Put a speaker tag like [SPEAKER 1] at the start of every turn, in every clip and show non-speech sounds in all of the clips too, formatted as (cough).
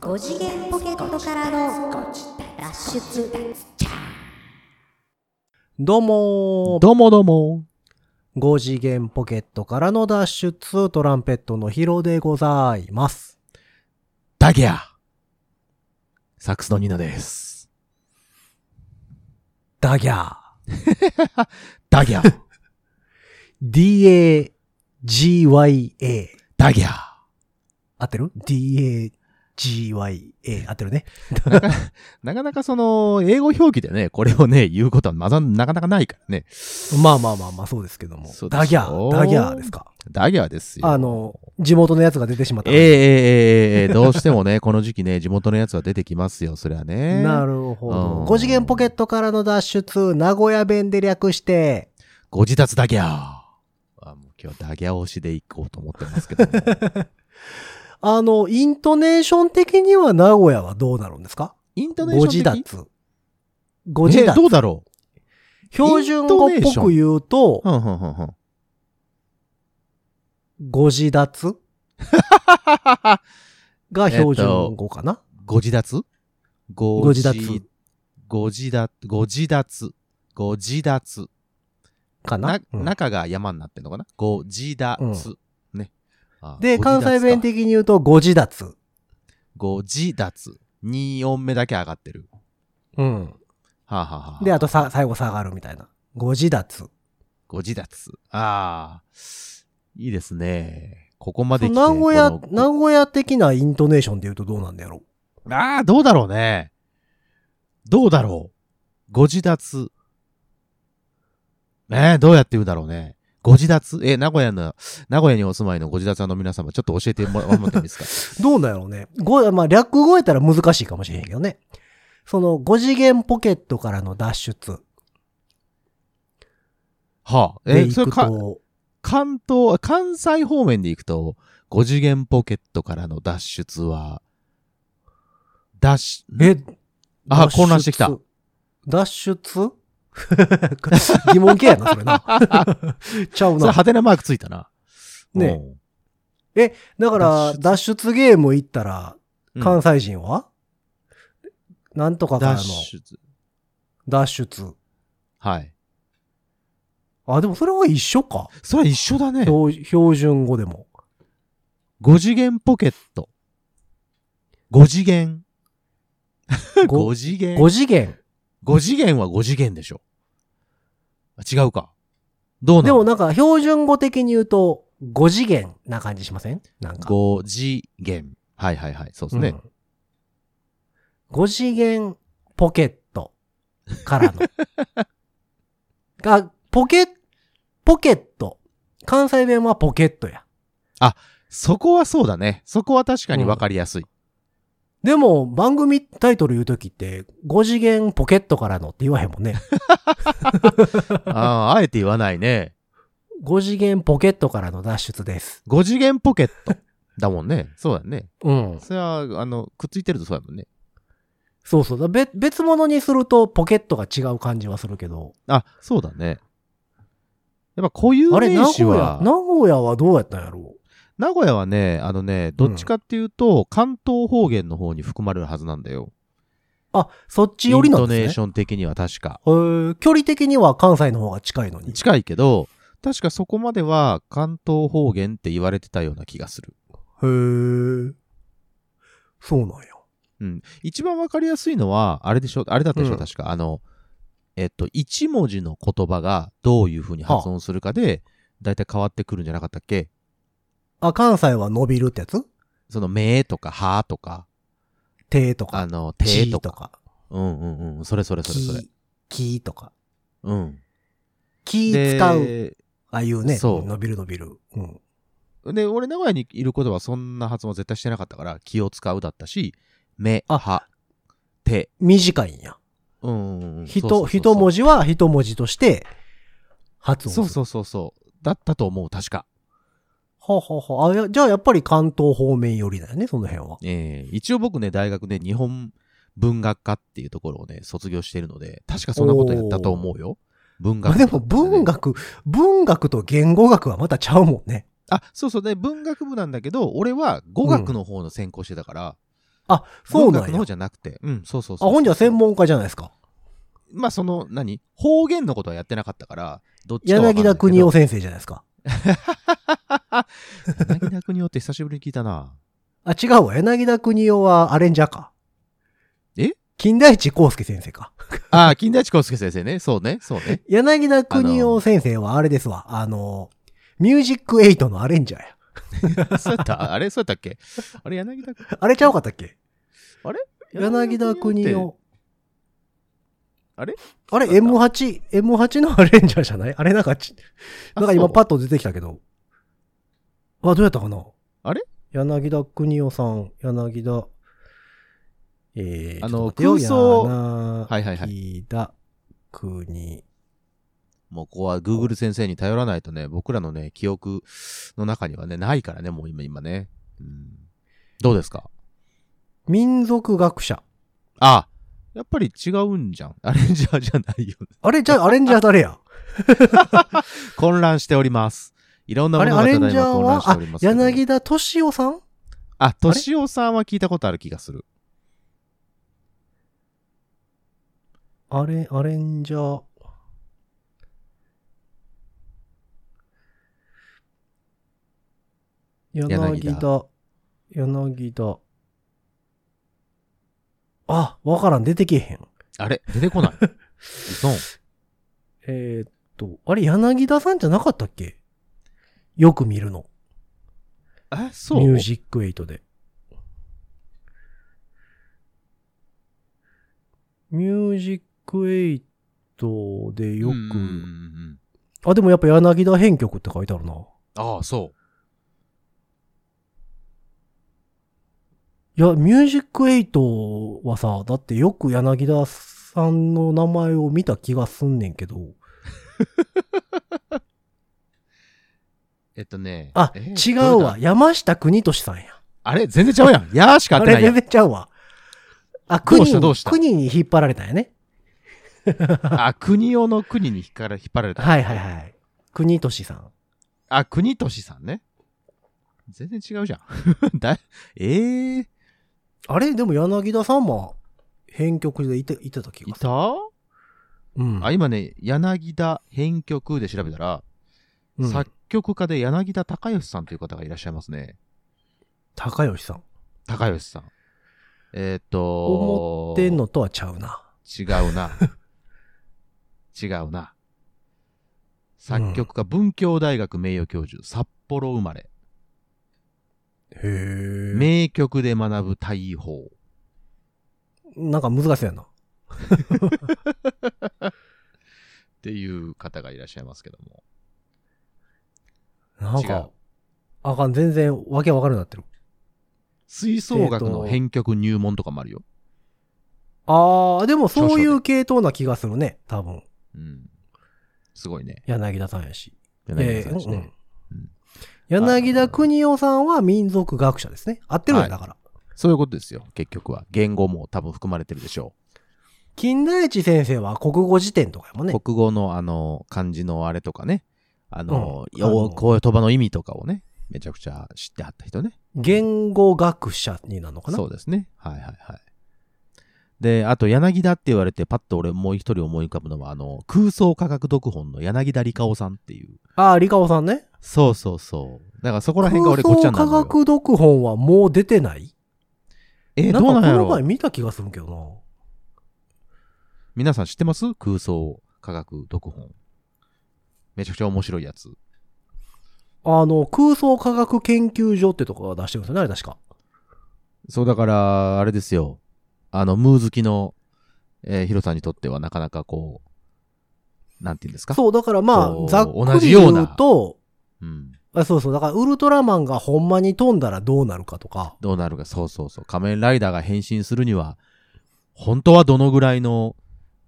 [SPEAKER 1] 5次元ポケットからの脱出
[SPEAKER 2] どうもー
[SPEAKER 3] どうもどうも。
[SPEAKER 2] 5次元ポケットからの脱出、トランペットのヒロでございます。
[SPEAKER 3] ダゲア。サックスのニナです。
[SPEAKER 2] ダギ
[SPEAKER 3] (laughs)
[SPEAKER 2] ャー。
[SPEAKER 3] ダゲア。
[SPEAKER 2] D-A-G-Y-A。
[SPEAKER 3] ダゲア。
[SPEAKER 2] 合ってる ?D-A-G-Y-A。合ってるね。
[SPEAKER 3] なかなかその、英語表記でね、これをね、言うことはまだなかなかないからね。
[SPEAKER 2] まあまあまあまあ、そうですけども
[SPEAKER 3] そ。うでしょ
[SPEAKER 2] ダギャー。ダギャーですか。
[SPEAKER 3] ダゲアですよ。
[SPEAKER 2] あの、地元のやつが出てしまった。
[SPEAKER 3] ええええええええどうしてもね、 (laughs) この時期ね、地元のやつは出てきますよ、それはね。
[SPEAKER 2] な
[SPEAKER 3] る
[SPEAKER 2] るほ
[SPEAKER 3] う
[SPEAKER 2] ど。
[SPEAKER 3] ん
[SPEAKER 2] 5次元ポケットからの脱出、名古屋弁で略して、
[SPEAKER 3] ご自立ダゲア。あもう今日はダゲア推しで行こうと思ってますけども。
[SPEAKER 2] あの、イントネーション的には名古屋はどうなるんですか
[SPEAKER 3] (laughs) イントネーシ
[SPEAKER 2] ご
[SPEAKER 3] ョン的
[SPEAKER 2] 自
[SPEAKER 3] に
[SPEAKER 2] 立。ご自
[SPEAKER 3] ねど
[SPEAKER 2] 立。
[SPEAKER 3] うだろ
[SPEAKER 2] 標準語っぽく言うと
[SPEAKER 3] う、うんうんうんうん。
[SPEAKER 2] ご自
[SPEAKER 3] (laughs)
[SPEAKER 2] 立が標準語かな、
[SPEAKER 3] ご自立ご
[SPEAKER 2] ご自立。
[SPEAKER 3] ご自立。ご自立。ご自立。
[SPEAKER 2] かな
[SPEAKER 3] な、
[SPEAKER 2] うん
[SPEAKER 3] 中が山になってんのかなご自立。ね。あ
[SPEAKER 2] で、
[SPEAKER 3] ご自
[SPEAKER 2] 関
[SPEAKER 3] 立か
[SPEAKER 2] 西弁的に言うと、ご自立。
[SPEAKER 3] ご自立。2音目だけ上がってる。
[SPEAKER 2] うん。
[SPEAKER 3] はあ、はあはあ、
[SPEAKER 2] で、あとさ、最後下がるみたいな。ご自立。
[SPEAKER 3] ご自立。ああ。いいですね。ここまで来て
[SPEAKER 2] 名古屋、
[SPEAKER 3] こ
[SPEAKER 2] 名
[SPEAKER 3] の
[SPEAKER 2] 古屋的なイントネーションで言うとどうなんだやろ
[SPEAKER 3] ああ、どうだろうね。どうだろう。ご自立。ねえ、どうやって言うんだろうね。ご自立え、名古屋の、名古屋にお住まいのご自立さんの皆様、ちょっと教えてもらもらってもいいですか (laughs)
[SPEAKER 2] う。どうなんやろうね。ご、まあ、略語やったら難しいかもしれへんけどね。その、5次元ポケットからの脱出
[SPEAKER 3] はあ。
[SPEAKER 2] で
[SPEAKER 3] え、
[SPEAKER 2] い
[SPEAKER 3] それ
[SPEAKER 2] く
[SPEAKER 3] か、
[SPEAKER 2] と、
[SPEAKER 3] 関東、関西方面で行くと、5次元ポケットからの脱出は、脱出、 (laughs)
[SPEAKER 2] え、
[SPEAKER 3] あ
[SPEAKER 2] 脱出
[SPEAKER 3] 混乱してきた。
[SPEAKER 2] 脱出 (laughs) 疑問系やな、それ
[SPEAKER 3] (laughs)
[SPEAKER 2] な。ちゃう
[SPEAKER 3] それ
[SPEAKER 2] な。
[SPEAKER 3] ハテナマークついたな。
[SPEAKER 2] ね
[SPEAKER 3] うん
[SPEAKER 2] だから、脱
[SPEAKER 3] 脱
[SPEAKER 2] 出ゲーム行ったら、
[SPEAKER 3] うん
[SPEAKER 2] 関西人は、なんとかからの
[SPEAKER 3] 脱出。
[SPEAKER 2] 脱出。
[SPEAKER 3] はい。
[SPEAKER 2] あ、でもそれは一緒か。
[SPEAKER 3] それは一緒だね。
[SPEAKER 2] 標標準語で
[SPEAKER 3] (laughs)
[SPEAKER 2] も。
[SPEAKER 3] 5次元ポケット。5次元。
[SPEAKER 2] ご
[SPEAKER 3] 5次元。
[SPEAKER 2] 5次元。
[SPEAKER 3] 5次元は5次元でしょ。あ違うか。どうな
[SPEAKER 2] でも
[SPEAKER 3] の
[SPEAKER 2] なんか、標準語的に言うと、5次元な感じしませんなんか。
[SPEAKER 3] ?5 次元。はいはいはい。そうですね。
[SPEAKER 2] 5次元ポケットからの。が、ポケ、ポケット。関西弁はポケットや。
[SPEAKER 3] そこはそうだね。そこは確かにわかりや
[SPEAKER 2] (laughs)
[SPEAKER 3] すい。
[SPEAKER 2] でも、番組タイトル言うときって、5次元ポケットからのって言わへんもんね。
[SPEAKER 3] ああ、あえて言わないね。
[SPEAKER 2] 5次元ポケットからの脱出です。
[SPEAKER 3] 5次元ポケット。だもんね。そうだね。
[SPEAKER 2] うん。
[SPEAKER 3] それは、あの、くっついてるとそうだもんね。
[SPEAKER 2] そうそう。だ別別物にするとポケットが違う感じはするけど。
[SPEAKER 3] あ、そうだね。やっぱ固有
[SPEAKER 2] あれ、名
[SPEAKER 3] 名詞
[SPEAKER 2] 古
[SPEAKER 3] は
[SPEAKER 2] 屋、、名古屋はどうやったんやろ
[SPEAKER 3] 名古屋はね、あのね、どっちかっていうと、関東方言の方に含まれるはずなんだよ。
[SPEAKER 2] うあ、そっち
[SPEAKER 3] イ
[SPEAKER 2] 寄り
[SPEAKER 3] ン
[SPEAKER 2] なん
[SPEAKER 3] ト
[SPEAKER 2] ですね。
[SPEAKER 3] ネーション的には確か。
[SPEAKER 2] えー距離的には関西の方が近いのに。
[SPEAKER 3] 近いけど、確かそこまでは関東方言って言われてたような気がする。
[SPEAKER 2] へー。そうなんや。
[SPEAKER 3] うん。一番わかりやすいのは、あれでしょ、あれだったでしょ、
[SPEAKER 2] うん
[SPEAKER 3] 確か。あの、えっと、一文字の言葉がどういう風に発音するかで、だいたい変わってくるんじゃなかったっけ
[SPEAKER 2] あ、関西は伸びるってやつ
[SPEAKER 3] その、目とか、歯とか、
[SPEAKER 2] 手とか、
[SPEAKER 3] あの、
[SPEAKER 2] 木
[SPEAKER 3] 手
[SPEAKER 2] と
[SPEAKER 3] とか。
[SPEAKER 2] か、
[SPEAKER 3] うんうんうん。それそれそれそれ。
[SPEAKER 2] 木、木とか。
[SPEAKER 3] うん。
[SPEAKER 2] 木
[SPEAKER 3] で
[SPEAKER 2] 使う。ああいうね、
[SPEAKER 3] そう
[SPEAKER 2] 伸びる伸びる。うん。
[SPEAKER 3] で、俺、名古屋にいることはそんな発音は絶対してなかったから、気を使うだったし、目、
[SPEAKER 2] あ
[SPEAKER 3] 歯、手。
[SPEAKER 2] 短いんや。
[SPEAKER 3] うんうんうん。そうそう
[SPEAKER 2] 人、
[SPEAKER 3] そう
[SPEAKER 2] 一文字は一文字として発音す
[SPEAKER 3] そ
[SPEAKER 2] る。
[SPEAKER 3] うそうそうそう。だったと思う、確か。
[SPEAKER 2] はあはあはああいや。じゃあやっぱり関東方面寄りだよね、その辺は。
[SPEAKER 3] ええ一応僕ね、大学で日本文学科っていうところをね、卒業しているので、確かそんなことやったと思うよ。文
[SPEAKER 2] ま
[SPEAKER 3] 学
[SPEAKER 2] あ
[SPEAKER 3] 科
[SPEAKER 2] で
[SPEAKER 3] だった
[SPEAKER 2] も
[SPEAKER 3] んだよね、
[SPEAKER 2] 文学、文学と言語学はまたちゃうもんね。
[SPEAKER 3] あ、そうそうね、文学部なんだけど、俺は語学の方の専攻してたから、
[SPEAKER 2] あ、そうなん
[SPEAKER 3] 文学
[SPEAKER 2] や。
[SPEAKER 3] の
[SPEAKER 2] あ
[SPEAKER 3] 方、じゃなくて。うん、そうそうそう。
[SPEAKER 2] 本人は専門家じゃないですか。
[SPEAKER 3] まあその、何方言のことはやってなかったから、どっちかはわか
[SPEAKER 2] 柳
[SPEAKER 3] んな
[SPEAKER 2] 田
[SPEAKER 3] いけど。
[SPEAKER 2] 国夫先生じゃないですか。
[SPEAKER 3] 柳田国夫って久しぶりに聞いたな。
[SPEAKER 2] あ、違うわ。柳田国夫はアレンジャーか。
[SPEAKER 3] え
[SPEAKER 2] 金田一光介先生か。
[SPEAKER 3] (laughs) ああ、金田一耕介先生ね。そうね、そうね。 (laughs)
[SPEAKER 2] 柳田国夫先生はあれですわ。あの、ミュージックエイトのアレンジャーや。
[SPEAKER 3] そうやったあれそうやったっけあれ柳田君
[SPEAKER 2] あれちゃうかったっけ
[SPEAKER 3] あれ
[SPEAKER 2] 柳田国
[SPEAKER 3] 柳田って
[SPEAKER 2] 夫。
[SPEAKER 3] あれ
[SPEAKER 2] あれ
[SPEAKER 3] そうだ
[SPEAKER 2] ?M8、M8 のアレンジャーじゃないあれなんかち、
[SPEAKER 3] あ
[SPEAKER 2] なんか今
[SPEAKER 3] そう
[SPEAKER 2] パッと出てきたけど。あ、どうやったかな
[SPEAKER 3] あれ
[SPEAKER 2] 柳田国夫さん、柳田、えー、
[SPEAKER 3] あ
[SPEAKER 2] ち
[SPEAKER 3] の
[SPEAKER 2] ょっと待ってよ
[SPEAKER 3] 空想
[SPEAKER 2] 柳
[SPEAKER 3] はいはいはい。
[SPEAKER 2] 田国、
[SPEAKER 3] もうここは Google 先生に頼らないとね、僕らのね、記憶の中にはね、ないからね、もう今今ね。うん、どうですか
[SPEAKER 2] 民族学者。
[SPEAKER 3] あやっぱり違うんじゃん。 (laughs) アレンジャーじゃないよ。
[SPEAKER 2] あれ、じゃあアレンジャー誰や
[SPEAKER 3] 混乱しております。いろんな
[SPEAKER 2] あ
[SPEAKER 3] も
[SPEAKER 2] れ、
[SPEAKER 3] の
[SPEAKER 2] ア
[SPEAKER 3] が
[SPEAKER 2] レ
[SPEAKER 3] た
[SPEAKER 2] ン
[SPEAKER 3] だい
[SPEAKER 2] ジャー
[SPEAKER 3] ま混乱
[SPEAKER 2] は、
[SPEAKER 3] して
[SPEAKER 2] あ
[SPEAKER 3] お (laughs) りま、すけど。
[SPEAKER 2] 柳田敏夫さん
[SPEAKER 3] あ、としおさんは聞いたことある気がする。
[SPEAKER 2] あれ、アレンジャー。柳
[SPEAKER 3] 柳
[SPEAKER 2] 田。柳田。あ、わからん、出てけへん。
[SPEAKER 3] あれ出て
[SPEAKER 2] (laughs)
[SPEAKER 3] こない。嘘。
[SPEAKER 2] えーっと、あれ、柳田さんじゃなかったっけよく見るの。
[SPEAKER 3] え、そう
[SPEAKER 2] ミュージックエイトで。ミュージックエイトでよ
[SPEAKER 3] うんうんうんう
[SPEAKER 2] く。
[SPEAKER 3] ん
[SPEAKER 2] あ、でもやっぱ柳田編曲って書いてあるな。
[SPEAKER 3] ああ、そう。
[SPEAKER 2] いや、ミュージックエイトはさ、だってよく柳田さんの名前を見た気がすんねんけど。
[SPEAKER 3] えっとね。
[SPEAKER 2] あ、
[SPEAKER 3] えー
[SPEAKER 2] 違
[SPEAKER 3] ど
[SPEAKER 2] う
[SPEAKER 3] れだ
[SPEAKER 2] わ。山下邦俊さんや。
[SPEAKER 3] あれ全然ちゃうや
[SPEAKER 2] (laughs)
[SPEAKER 3] ん。やーしか
[SPEAKER 2] あ
[SPEAKER 3] 合ってな
[SPEAKER 2] れ
[SPEAKER 3] いや
[SPEAKER 2] 全
[SPEAKER 3] ん。
[SPEAKER 2] 然ちゃうわ。あ、
[SPEAKER 3] ど
[SPEAKER 2] 国
[SPEAKER 3] うしたどうした
[SPEAKER 2] 国に引っ張られたんやね。
[SPEAKER 3] あ、国をの国に引っから引っ張られた。
[SPEAKER 2] はいはいはい。国俊さん。
[SPEAKER 3] あ、国としさんね。全然違うじゃん。 (laughs) だええー、
[SPEAKER 2] あれでも柳田さんも編曲でいて、いてた気
[SPEAKER 3] い
[SPEAKER 2] がする。
[SPEAKER 3] た
[SPEAKER 2] うん。
[SPEAKER 3] あ、今ね、柳田編曲で調べたら、
[SPEAKER 2] うん
[SPEAKER 3] 作曲家で柳田隆義さんという方がいらっしゃいますね。
[SPEAKER 2] 高吉さん。
[SPEAKER 3] 隆義さん。えーっ、と
[SPEAKER 2] 思ってんのとはちゃうな。
[SPEAKER 3] 違うな。違うな。作曲家、文教大学名誉教授、札幌生まれ。
[SPEAKER 2] へえ。
[SPEAKER 3] 名曲で学ぶ大法。
[SPEAKER 2] なんか難しいやな。
[SPEAKER 3] っていう方がいらっしゃいますけども。
[SPEAKER 2] なん
[SPEAKER 3] 違
[SPEAKER 2] か
[SPEAKER 3] う、
[SPEAKER 2] あかん、全然わけわかるなってる。
[SPEAKER 3] 吹奏楽の編曲入門とかもあるよ。
[SPEAKER 2] あー、でもそうい
[SPEAKER 3] 少々
[SPEAKER 2] う系統な気がするね。多分。
[SPEAKER 3] うん。すごいね。
[SPEAKER 2] 柳田さんやし。
[SPEAKER 3] 柳田さんです
[SPEAKER 2] えーうんう
[SPEAKER 3] ね
[SPEAKER 2] ん
[SPEAKER 3] うん
[SPEAKER 2] 柳田国夫さんは民族学者ですね。合ってるんや
[SPEAKER 3] はい
[SPEAKER 2] だから。
[SPEAKER 3] そういうことですよ。結局は。言語も多分含まれてるでしょ
[SPEAKER 2] 金田一先生は国語辞典とかやもん
[SPEAKER 3] う。
[SPEAKER 2] ね。
[SPEAKER 3] 国語のあの、漢字のあれとかね。あの、
[SPEAKER 2] うん
[SPEAKER 3] よ
[SPEAKER 2] あの
[SPEAKER 3] うこういう言葉の意味とかをね、めちゃくちゃ知ってはった人ね。
[SPEAKER 2] 言語学者になるのかな
[SPEAKER 3] そうですね。はいはいはい。で、あと、柳田って言われて、パッと俺もう一人思い浮かぶのは、あの、空想科学読本の柳田理香さんっていう。
[SPEAKER 2] あー、理香さんね。
[SPEAKER 3] そうそうそう。だからそこら辺が
[SPEAKER 2] 空
[SPEAKER 3] 俺ごっち
[SPEAKER 2] 想
[SPEAKER 3] ゃにな
[SPEAKER 2] 科
[SPEAKER 3] るのよ。
[SPEAKER 2] 学読本はもう出てない
[SPEAKER 3] えー
[SPEAKER 2] な
[SPEAKER 3] どうなんん
[SPEAKER 2] か
[SPEAKER 3] や
[SPEAKER 2] この前
[SPEAKER 3] ろ
[SPEAKER 2] 見た気がするけど
[SPEAKER 3] 皆さん知ってます空想科学読本。めちゃくちゃ面白いやつ。
[SPEAKER 2] な。あの、空想科学研究所ってとこが出してるんですよね、あれ確か。
[SPEAKER 3] そう、だから、あれですよ。あの、ムー好きの、えーヒロさんにとってはなかなかこう、なんて言うんですか
[SPEAKER 2] そう、だからま
[SPEAKER 3] こ
[SPEAKER 2] あ、
[SPEAKER 3] う
[SPEAKER 2] ざっく
[SPEAKER 3] 同じ
[SPEAKER 2] り
[SPEAKER 3] よう
[SPEAKER 2] 言
[SPEAKER 3] な
[SPEAKER 2] うと、
[SPEAKER 3] う。うん。
[SPEAKER 2] あそうそう、だからウルトラマンがほんまに飛んだらどうなるかとか、
[SPEAKER 3] どうなるか、そうそうそう。仮面ライダーが変身するには、本当はどのぐらいの、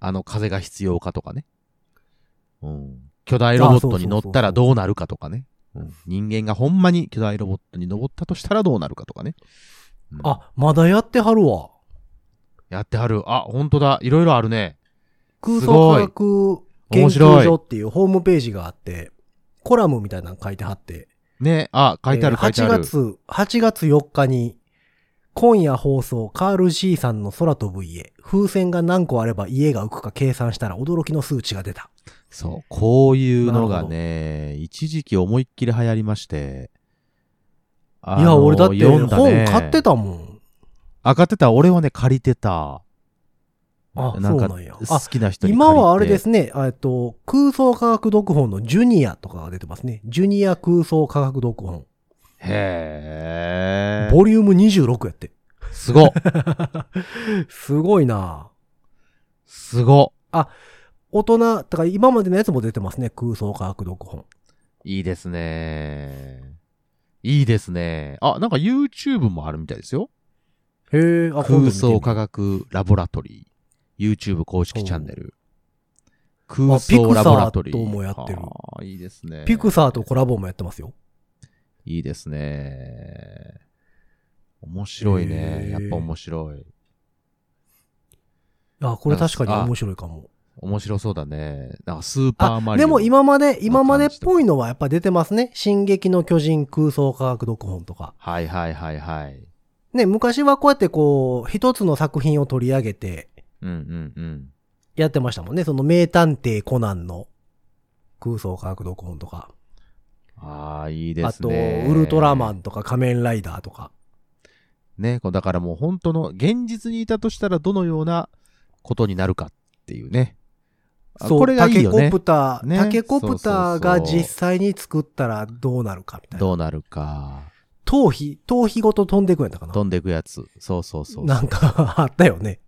[SPEAKER 3] あの、風が必要かとかね。うん。巨大ロボットに乗ったらどうなるかとかね。うん。人間がほんまに巨大ロボットに登ったとしたらどうなるかとかね。うん、
[SPEAKER 2] あ、まだやってはるわ。
[SPEAKER 3] やってはる。あ、本当だ。いろいろあるね。
[SPEAKER 2] 空
[SPEAKER 3] すご
[SPEAKER 2] 想
[SPEAKER 3] い
[SPEAKER 2] 科学研究所っていうホームページがあって、コラムみたいなの書いてはって、
[SPEAKER 3] ね。あ、書いてある
[SPEAKER 2] えー
[SPEAKER 3] 書いてあ
[SPEAKER 2] 8
[SPEAKER 3] る。
[SPEAKER 2] 月、8月4日に今夜放送、カール G さんの空飛ぶ家。風船が何個あれば家が浮くか計算したら驚きの数値が出た。
[SPEAKER 3] そう、こういうのが
[SPEAKER 2] な
[SPEAKER 3] ね、一時期思いっきり流行りまして。
[SPEAKER 2] い
[SPEAKER 3] あ
[SPEAKER 2] や、
[SPEAKER 3] の
[SPEAKER 2] 俺だって
[SPEAKER 3] 読んだ
[SPEAKER 2] 本
[SPEAKER 3] ね
[SPEAKER 2] 買ってたもん。
[SPEAKER 3] あ、買ってた。俺はね、借りてた。
[SPEAKER 2] あ
[SPEAKER 3] なんか
[SPEAKER 2] そうなんや
[SPEAKER 3] 好きな人に借りて
[SPEAKER 2] 今はあれですね、えっと、空想科学読本のジュニアとかが出てますね。ジュニア空想科学読本。
[SPEAKER 3] へえ。
[SPEAKER 2] ボリューム26やって。 (laughs)
[SPEAKER 3] すごっ。
[SPEAKER 2] すごいな
[SPEAKER 3] すごっ。
[SPEAKER 2] 大人、だから今までのやつも出てますね。空想科学読本。
[SPEAKER 3] いいですね。いいですね。あ、なんか YouTube もあるみたいですよ。
[SPEAKER 2] へえ、あ、
[SPEAKER 3] 空想科
[SPEAKER 2] 学。
[SPEAKER 3] 学ラボラトリー。YouTube 公式チャンネル。空
[SPEAKER 2] あピクサ
[SPEAKER 3] 想
[SPEAKER 2] ー
[SPEAKER 3] ラボラトリー。
[SPEAKER 2] ともやってる
[SPEAKER 3] あーいいですね。
[SPEAKER 2] ピクサーとコラボもやってますよ。
[SPEAKER 3] いいですね。面白いね。
[SPEAKER 2] へー
[SPEAKER 3] やっぱ面白い。
[SPEAKER 2] あ、これ確かに面白いかも。
[SPEAKER 3] 面白そうだね。なんかスーパー
[SPEAKER 2] あ
[SPEAKER 3] マリオ。
[SPEAKER 2] でも今まで、今までっ
[SPEAKER 3] 感じとか
[SPEAKER 2] ぽいのはやっぱ出てますね。進撃の巨人空想科学読本とか。
[SPEAKER 3] はいはいはいはい。
[SPEAKER 2] ね、昔はこうやってこう、一つの作品を取り上げて
[SPEAKER 3] うんうんうん。
[SPEAKER 2] やってましたもんね。その名探偵コナンの空想科学読本とか。
[SPEAKER 3] ああ、いいで
[SPEAKER 2] あ
[SPEAKER 3] す
[SPEAKER 2] と、
[SPEAKER 3] ね。
[SPEAKER 2] ウルトラマ
[SPEAKER 3] ン。
[SPEAKER 2] ンとか仮面ライダーとか。
[SPEAKER 3] ね、こうだからもう本当の現実にいたとしたらどのようなことになるかっていうね。あ
[SPEAKER 2] そう、
[SPEAKER 3] これがいいよ
[SPEAKER 2] タケ
[SPEAKER 3] ね
[SPEAKER 2] コ。プター、
[SPEAKER 3] ね
[SPEAKER 2] タケコプターが
[SPEAKER 3] そうそうそう
[SPEAKER 2] 実際に作ったらどうなるかみたいな。
[SPEAKER 3] どうなるか。
[SPEAKER 2] 頭皮、頭皮ごと飛んでいくんやったかな。
[SPEAKER 3] 飛んでいくやつ。そうそうそうそう。
[SPEAKER 2] なんかあったよね。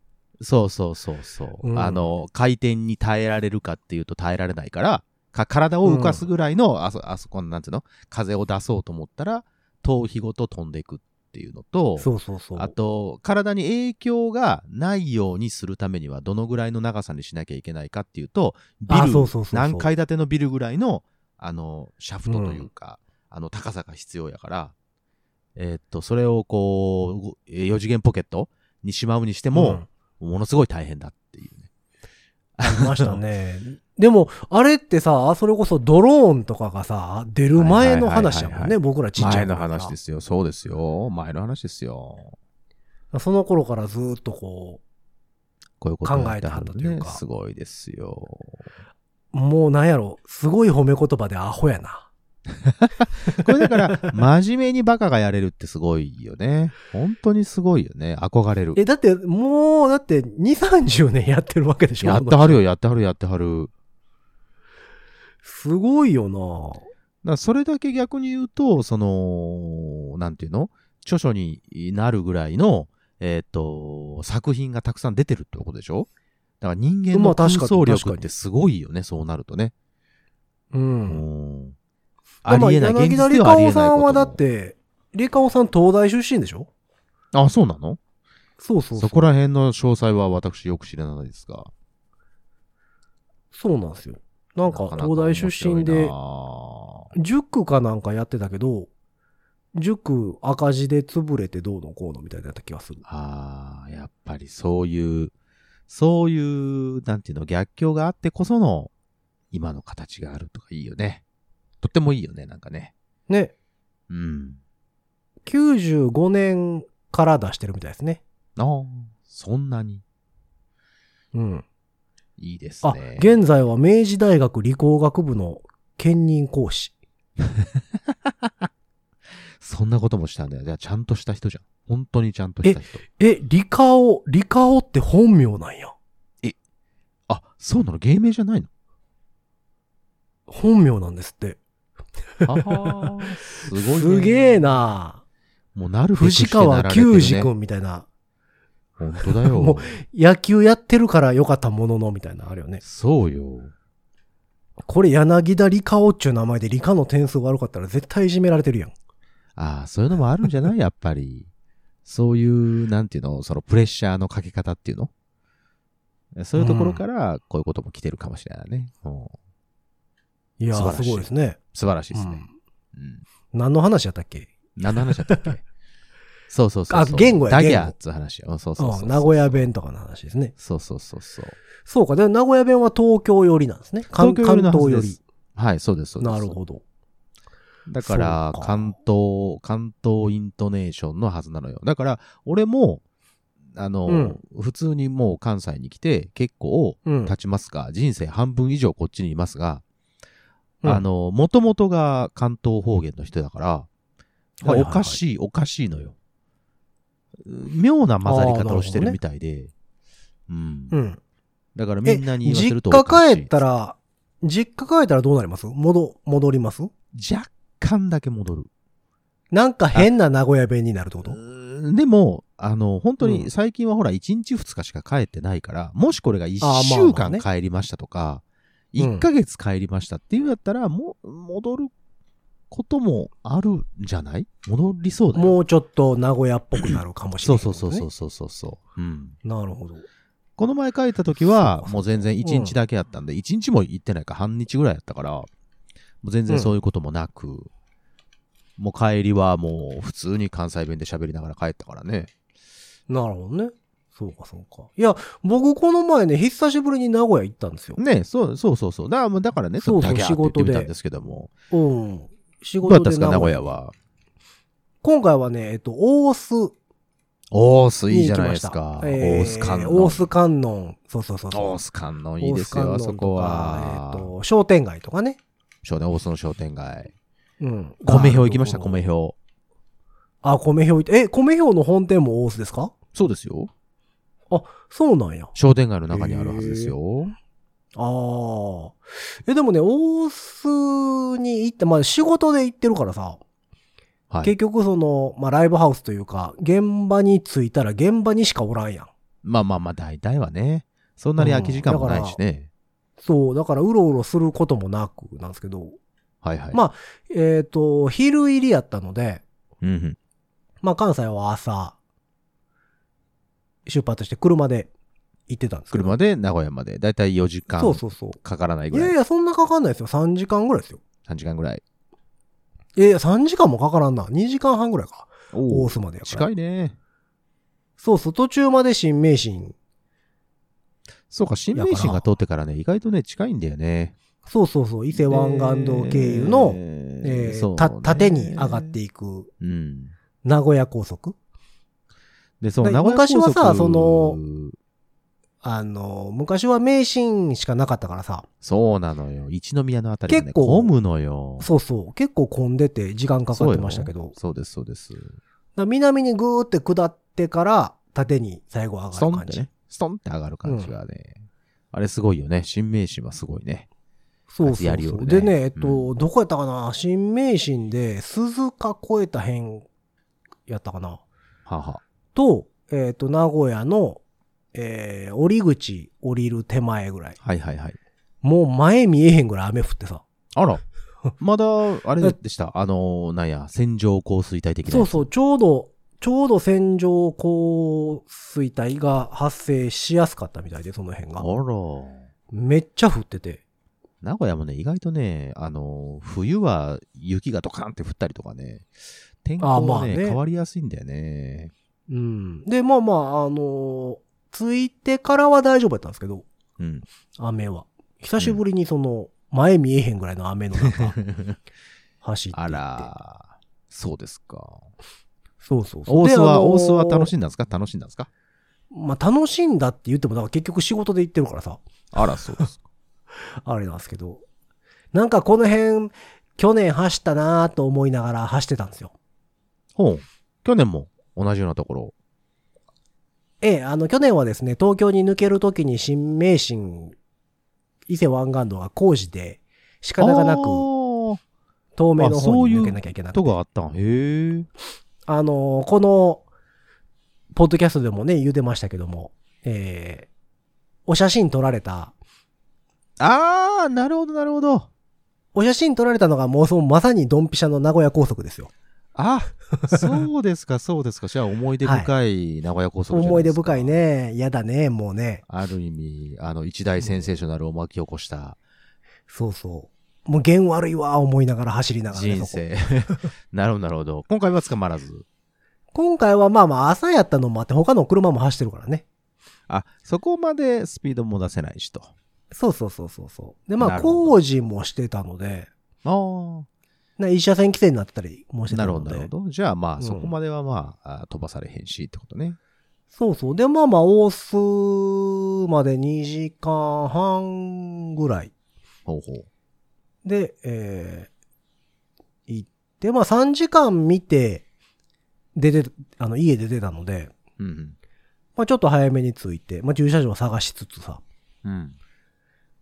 [SPEAKER 3] そうそうそうそう、
[SPEAKER 2] うん
[SPEAKER 3] あの、回転に耐えられるかっていうと耐えられないから、か体を動かすぐらいの、あそ、あそこの、なんていうの風を出そうと思ったら、頭皮ごと飛んでいくっていうのと、
[SPEAKER 2] そうそうそう。
[SPEAKER 3] あと、体に影響がないようにするためには、どのぐらいの長さにしなきゃいけないかっていうと、ビ
[SPEAKER 2] あ
[SPEAKER 3] ル、
[SPEAKER 2] そうそうそうそう
[SPEAKER 3] 何階建てのビルぐらいの、あの、シャフトというか、あの、高さが必要やから、えーっと、それをこう、4次元ポケットにしまうにしても、
[SPEAKER 2] うん
[SPEAKER 3] ものすごい大変だっていうね。
[SPEAKER 2] ありましたね。 (laughs) でも、あれってさ、それこそドローンとかがさ、出る前の話やもん
[SPEAKER 3] はいはいはいは
[SPEAKER 2] ね、
[SPEAKER 3] い
[SPEAKER 2] 僕らちっちゃい
[SPEAKER 3] 前
[SPEAKER 2] 頃
[SPEAKER 3] の
[SPEAKER 2] から
[SPEAKER 3] 話ですよ。そうですよ。前の話ですよ。
[SPEAKER 2] その頃からずっとこ
[SPEAKER 3] こういうことをやっては
[SPEAKER 2] 考えてはったと
[SPEAKER 3] る
[SPEAKER 2] いう
[SPEAKER 3] ね。
[SPEAKER 2] か
[SPEAKER 3] すごいですよ。
[SPEAKER 2] う、もうなんやろ、すごい褒め言葉でアホやな。
[SPEAKER 3] これだから、真面目にバカがやれるってすごいよね。本当にすごいよね。憧れる。
[SPEAKER 2] え、だって、もう、だって、2、30年やってるわけでしょ
[SPEAKER 3] やってはるよ、やってはる、やってはる。
[SPEAKER 2] すごいよな
[SPEAKER 3] だからそれだけ逆に言うと、その、なんていうの著書になるぐらいの、えっ、と、作品がたくさん出てるってことでしょだから人間
[SPEAKER 2] まあ
[SPEAKER 3] の空
[SPEAKER 2] 確かに
[SPEAKER 3] 想力っ
[SPEAKER 2] 確か
[SPEAKER 3] て
[SPEAKER 2] に
[SPEAKER 3] すごいよね、そうなるとね。
[SPEAKER 2] う。
[SPEAKER 3] うんん。ありえない、
[SPEAKER 2] まあ
[SPEAKER 3] 現
[SPEAKER 2] 柳田
[SPEAKER 3] 実
[SPEAKER 2] リ
[SPEAKER 3] ではあ
[SPEAKER 2] カ
[SPEAKER 3] りえ
[SPEAKER 2] オ
[SPEAKER 3] な
[SPEAKER 2] さ
[SPEAKER 3] いこと
[SPEAKER 2] ん
[SPEAKER 3] も。
[SPEAKER 2] はだって、リカオさん東大出身でしょ
[SPEAKER 3] あ、そうなの
[SPEAKER 2] そうそうそ。
[SPEAKER 3] そうこら辺の詳細は私よく知らないですが。
[SPEAKER 2] そうなんですよ。なんか、東大出身
[SPEAKER 3] なかな
[SPEAKER 2] で
[SPEAKER 3] か面白いな、あ
[SPEAKER 2] 塾かなんかやってたけど、塾赤字で潰れてどうのこうのみたいだった気がする。
[SPEAKER 3] ああ、やっぱりそういう、そういう、なんていうの、逆境があってこその、今の形があるとかいいよね。とってもいいよね、なんかね。
[SPEAKER 2] ね。
[SPEAKER 3] うん。
[SPEAKER 2] 95年から出してるみたいですね。
[SPEAKER 3] ああ、そんなに
[SPEAKER 2] うん。
[SPEAKER 3] いいです
[SPEAKER 2] あ、
[SPEAKER 3] ね。
[SPEAKER 2] 現在は明治大学理工学部の兼任講師。
[SPEAKER 3] そんなこともしたんだよ。じゃあ、ちゃんとした人じゃん。本当にちゃんとした人。
[SPEAKER 2] え、リカオ、リカオって本名なんや。
[SPEAKER 3] あ、そうなの芸名じゃない
[SPEAKER 2] (laughs)
[SPEAKER 3] の
[SPEAKER 2] 本名なんですって。
[SPEAKER 3] ああ、すごい、ね。
[SPEAKER 2] すげえ。な
[SPEAKER 3] もうなるべくして
[SPEAKER 2] 藤
[SPEAKER 3] な
[SPEAKER 2] 川
[SPEAKER 3] られてる、ね、
[SPEAKER 2] 球児くんみたいな。
[SPEAKER 3] 本当だ
[SPEAKER 2] (laughs)
[SPEAKER 3] よ。
[SPEAKER 2] もう野球やってるから良かったものの、みたいな、あるよね。
[SPEAKER 3] そうよ。
[SPEAKER 2] これ柳田理科オっちゅう名前で理科の点数悪かったら絶対いじめられてるやん。
[SPEAKER 3] ああ、そういうのもあるんじゃない (laughs) やっぱり。そういう、なんていうのそのプレッシャーのかけ方っていうのそういうところから、こういうことも来てるかもしれないね。うん
[SPEAKER 2] いや
[SPEAKER 3] 素
[SPEAKER 2] ー、
[SPEAKER 3] 晴らし
[SPEAKER 2] す
[SPEAKER 3] い
[SPEAKER 2] ごいですね。
[SPEAKER 3] 素晴らしいです
[SPEAKER 2] う
[SPEAKER 3] ね
[SPEAKER 2] ん。
[SPEAKER 3] うん。
[SPEAKER 2] 何の話やったっけ
[SPEAKER 3] 何の話だったっけ (laughs) そうそうそうそう。
[SPEAKER 2] あ言語や
[SPEAKER 3] ダギ
[SPEAKER 2] 言
[SPEAKER 3] ャ
[SPEAKER 2] 語
[SPEAKER 3] ーっつう話や。うんそうそうそううそ
[SPEAKER 2] ん
[SPEAKER 3] う。
[SPEAKER 2] 名古屋弁とかの話ですね。
[SPEAKER 3] そうそうそうそう。
[SPEAKER 2] そうか。で、名古屋弁は東京寄りなんですね。関
[SPEAKER 3] 東京寄りのは
[SPEAKER 2] 関
[SPEAKER 3] ず
[SPEAKER 2] 東
[SPEAKER 3] で
[SPEAKER 2] 寄
[SPEAKER 3] す
[SPEAKER 2] り。
[SPEAKER 3] はい、そうです、そうです。
[SPEAKER 2] なるほど。
[SPEAKER 3] だから
[SPEAKER 2] そうか
[SPEAKER 3] 関東、関東イントネーションのはずなのよ。だから俺も、あの、
[SPEAKER 2] うん
[SPEAKER 3] 普通にもう関西に来て結構
[SPEAKER 2] うん。
[SPEAKER 3] 経ちますが、人生半分以上こっちにいますが、
[SPEAKER 2] うん
[SPEAKER 3] あの、もともとが関東方言の人だから、
[SPEAKER 2] いはいはい
[SPEAKER 3] おかしい、おかしいのよ。妙な混ざり
[SPEAKER 2] あーなるほ
[SPEAKER 3] 方
[SPEAKER 2] ど
[SPEAKER 3] を
[SPEAKER 2] ね
[SPEAKER 3] してるみたいで、うん。
[SPEAKER 2] うん。
[SPEAKER 3] だからみ
[SPEAKER 2] え、
[SPEAKER 3] んなに言わせ
[SPEAKER 2] 実
[SPEAKER 3] るとおかし
[SPEAKER 2] 家
[SPEAKER 3] い。
[SPEAKER 2] 帰ったら、実家帰ったらどうなります戻、戻ります
[SPEAKER 3] 若干だけ戻る。
[SPEAKER 2] なんか変な名古屋弁になるってこと
[SPEAKER 3] うーんでも、あの、本当
[SPEAKER 2] うん
[SPEAKER 3] に最近はほら、1日2日しか帰ってないから、もしこれが1
[SPEAKER 2] あーまあ
[SPEAKER 3] 週
[SPEAKER 2] まあね
[SPEAKER 3] 間帰りましたと
[SPEAKER 2] う
[SPEAKER 3] か、
[SPEAKER 2] ん
[SPEAKER 3] 1ヶ月帰りましたっていうんだったら、もう、戻ることもあるんじゃない戻りそうだよ。
[SPEAKER 2] もうちょっと名古屋っぽくなるかもしれ
[SPEAKER 3] そ
[SPEAKER 2] な
[SPEAKER 3] う
[SPEAKER 2] い、
[SPEAKER 3] そうそうそうそうそうそう。うん。
[SPEAKER 2] う。なるほど。
[SPEAKER 3] この前帰った時
[SPEAKER 2] そう
[SPEAKER 3] は
[SPEAKER 2] か、
[SPEAKER 3] もう全然1日だけやったんで、1日も行ってないか半日ぐらいやったから、もう全然そういうこともなく、もう帰りはもう普通に関西弁で喋りながら帰ったからね。
[SPEAKER 2] なるほどね。そうかそうか。いや、僕この前ね、久しぶりに名古屋行ったんですよ。
[SPEAKER 3] ねそうそうそうそう。だからもうだからね、
[SPEAKER 2] そうそう
[SPEAKER 3] ちょっとだけ
[SPEAKER 2] 仕事
[SPEAKER 3] って言ってみた
[SPEAKER 2] で
[SPEAKER 3] んですけども。
[SPEAKER 2] うん。仕
[SPEAKER 3] どうだ
[SPEAKER 2] 事
[SPEAKER 3] ったんで
[SPEAKER 2] です
[SPEAKER 3] か、名古屋。は。
[SPEAKER 2] 今回はね、えっと、大須
[SPEAKER 3] おーす、いい
[SPEAKER 2] に
[SPEAKER 3] じ
[SPEAKER 2] 行
[SPEAKER 3] ゃ
[SPEAKER 2] き
[SPEAKER 3] ない
[SPEAKER 2] ま
[SPEAKER 3] で
[SPEAKER 2] し
[SPEAKER 3] す
[SPEAKER 2] た。
[SPEAKER 3] か。
[SPEAKER 2] えー
[SPEAKER 3] 大須観音。
[SPEAKER 2] 大須観音。そうそうそうそう。
[SPEAKER 3] 大須観音、いいです
[SPEAKER 2] 大須観
[SPEAKER 3] よ、
[SPEAKER 2] 音
[SPEAKER 3] あ
[SPEAKER 2] とか
[SPEAKER 3] そこは。
[SPEAKER 2] えっと、商店街とかね。
[SPEAKER 3] そうね、大須の商店街。
[SPEAKER 2] うん。
[SPEAKER 3] 米表行きました、
[SPEAKER 2] あとこの
[SPEAKER 3] 米表。
[SPEAKER 2] あ、米表行って、え、米表の本店も大須ですか
[SPEAKER 3] そうですよ。
[SPEAKER 2] あ、そうなんや。
[SPEAKER 3] 商店街の中にあるはずですよ。
[SPEAKER 2] ああ。え、でもね、大須に行って、まあ仕事で行ってるからさ、
[SPEAKER 3] はい。
[SPEAKER 2] 結局その、まあライブハウスというか、現場に着いたら現場にしかおらんやん。
[SPEAKER 3] まあまあまあ、大体はね。そんなに空き時間もないしね。
[SPEAKER 2] そう、だからうろうろすることもなくなんですけど、
[SPEAKER 3] はいはい。
[SPEAKER 2] まあえっ、と、昼入りやったので、
[SPEAKER 3] うんうん。
[SPEAKER 2] まあ関西は朝、出発して車で行ってたんですけど。
[SPEAKER 3] 車で名古屋まで、大体4時間
[SPEAKER 2] そうそうそう。
[SPEAKER 3] かからない
[SPEAKER 2] い
[SPEAKER 3] ぐ
[SPEAKER 2] や
[SPEAKER 3] ら
[SPEAKER 2] い
[SPEAKER 3] い。
[SPEAKER 2] や、そんなかかんないですよ。3時間ぐらいですよ。
[SPEAKER 3] 3時間ぐらい。
[SPEAKER 2] いやいや、3時間もかからんな。2時間半ぐらいか。
[SPEAKER 3] お
[SPEAKER 2] 大
[SPEAKER 3] お
[SPEAKER 2] 須までやから。
[SPEAKER 3] 近いね。
[SPEAKER 2] そうそう、途中まで新名神。
[SPEAKER 3] そうか、新名神が通ってからね、意外とね、近いんだよね。
[SPEAKER 2] そうそうそう、伊勢湾岸道経由の、え
[SPEAKER 3] え
[SPEAKER 2] ー
[SPEAKER 3] ーそうね
[SPEAKER 2] た縦に上がっていく
[SPEAKER 3] うん。
[SPEAKER 2] 名古屋高速。
[SPEAKER 3] で、そう、
[SPEAKER 2] で
[SPEAKER 3] 名古屋高速
[SPEAKER 2] 昔はさその、あの、昔は名神しかなかったからさ、
[SPEAKER 3] そうなのよ。一宮のあたりがね、
[SPEAKER 2] 結構
[SPEAKER 3] 混むのよ。
[SPEAKER 2] そうそう、結構混んでて時間かかってましたけ
[SPEAKER 3] そう
[SPEAKER 2] ど
[SPEAKER 3] よ、そうです、そうです。
[SPEAKER 2] だ南にぐーって下ってから縦に最後上
[SPEAKER 3] ス
[SPEAKER 2] が
[SPEAKER 3] ト
[SPEAKER 2] る
[SPEAKER 3] ンっ
[SPEAKER 2] 感
[SPEAKER 3] て
[SPEAKER 2] じ。
[SPEAKER 3] ね。ストンって上がる感じがね。あれすごいよね。新名神はすごいね。
[SPEAKER 2] そうそ
[SPEAKER 3] や
[SPEAKER 2] う
[SPEAKER 3] り
[SPEAKER 2] そ
[SPEAKER 3] よ
[SPEAKER 2] う。
[SPEAKER 3] る
[SPEAKER 2] で
[SPEAKER 3] ね
[SPEAKER 2] ね、えっと、
[SPEAKER 3] うん
[SPEAKER 2] どこやったかな新名神で鈴鹿越えた辺やったかな
[SPEAKER 3] はあはあ。
[SPEAKER 2] と、えっ、と、名古屋の、えー、降り口降りる手前ぐらい。
[SPEAKER 3] はいはいはい。
[SPEAKER 2] もう前見えへんぐらい雨降ってさ。
[SPEAKER 3] あら。まだ、あれで
[SPEAKER 2] (laughs)
[SPEAKER 3] した。あの、なんや、線状降水帯的な。
[SPEAKER 2] そうそう、ちょうど、ちょうど線状降水帯が発生しやすかったみたいで、その辺
[SPEAKER 3] あ
[SPEAKER 2] が
[SPEAKER 3] ら。。
[SPEAKER 2] めっちゃ降ってて。
[SPEAKER 3] 名古屋もね、意外とね、あの、冬は雪がドカンって降ったりとかね、天候
[SPEAKER 2] あま
[SPEAKER 3] も
[SPEAKER 2] あ
[SPEAKER 3] ね、
[SPEAKER 2] ね
[SPEAKER 3] 変わりやすいんだよね。
[SPEAKER 2] うん。で、まあまあ、あのー着いてからは大丈夫やったんですけど、
[SPEAKER 3] うん。
[SPEAKER 2] 雨は。久しぶりにその、前見えへんぐらいの雨の
[SPEAKER 3] (laughs)
[SPEAKER 2] 中、走ってい
[SPEAKER 3] あ
[SPEAKER 2] って。
[SPEAKER 3] ら、そうですか。
[SPEAKER 2] そうそうそう。
[SPEAKER 3] 大須は、大須は
[SPEAKER 2] し
[SPEAKER 3] 楽しんだんですか楽しんだんですか
[SPEAKER 2] まあ、楽しんだって言っても、だから結局仕事で行ってるからさ、
[SPEAKER 3] あら、そうですか。 (laughs)
[SPEAKER 2] あれなんですけど、なんかこの辺、去年走ったなぁと思いながら走ってたんですよ。
[SPEAKER 3] ほう。去年も同じようなところ。
[SPEAKER 2] ええ、あの、去年はですね、東京に抜けるときに新名神、伊勢湾岸道が工事で、仕方がな
[SPEAKER 3] あ
[SPEAKER 2] く、
[SPEAKER 3] ー
[SPEAKER 2] 透明の
[SPEAKER 3] あそ
[SPEAKER 2] 方
[SPEAKER 3] うい
[SPEAKER 2] に
[SPEAKER 3] う
[SPEAKER 2] 抜けなきゃいけなく
[SPEAKER 3] と
[SPEAKER 2] て、
[SPEAKER 3] があったん。へえ。
[SPEAKER 2] あのーこの、ポッドキャストでもね、言うてましたけども、ええお写真撮られた、
[SPEAKER 3] あー、なるほど、なるほど。
[SPEAKER 2] お写真撮られたのがもうそのまさにドンピシャの名古屋高速ですよ。
[SPEAKER 3] あ、そうですか、 (laughs) そうですか。じゃあ、思い出深い名古屋高速じゃな
[SPEAKER 2] 思い
[SPEAKER 3] で
[SPEAKER 2] 出
[SPEAKER 3] すか
[SPEAKER 2] 深い。ね。やだね、もうね。
[SPEAKER 3] ある意味、あの、一大センセーショナルを巻き起こした
[SPEAKER 2] そうそう。もう弦悪いわ、思いながら走りながらね、
[SPEAKER 3] 人
[SPEAKER 2] そこ
[SPEAKER 3] 生。 (laughs) なるほど、なるほど。今回は捕まらず。
[SPEAKER 2] 今回はまあまあ朝やったのもあって、他の車も走ってるからね。
[SPEAKER 3] あ、そこまでスピードも出せないしと。
[SPEAKER 2] そうそうそうそうそう。で、ま
[SPEAKER 3] な
[SPEAKER 2] あ
[SPEAKER 3] るほど
[SPEAKER 2] 工事もしてたので、
[SPEAKER 3] ああ。
[SPEAKER 2] な一車線規制になってたりもして
[SPEAKER 3] な
[SPEAKER 2] た
[SPEAKER 3] るほ
[SPEAKER 2] の
[SPEAKER 3] ど、
[SPEAKER 2] で。
[SPEAKER 3] なるほど。じゃあま
[SPEAKER 2] う
[SPEAKER 3] あ、
[SPEAKER 2] ん
[SPEAKER 3] そこまではまあ、あ飛ばされへんしってことね。
[SPEAKER 2] そうそう。で、まあまあ、大須まで2時間半ぐらい
[SPEAKER 3] ほうほう。
[SPEAKER 2] で、えー行って、まあ3時間見て、出て、あの、家出てたので、
[SPEAKER 3] うん
[SPEAKER 2] まあちょっと早めに着いて、まあ駐車場を探しつつさ、
[SPEAKER 3] うん。うん。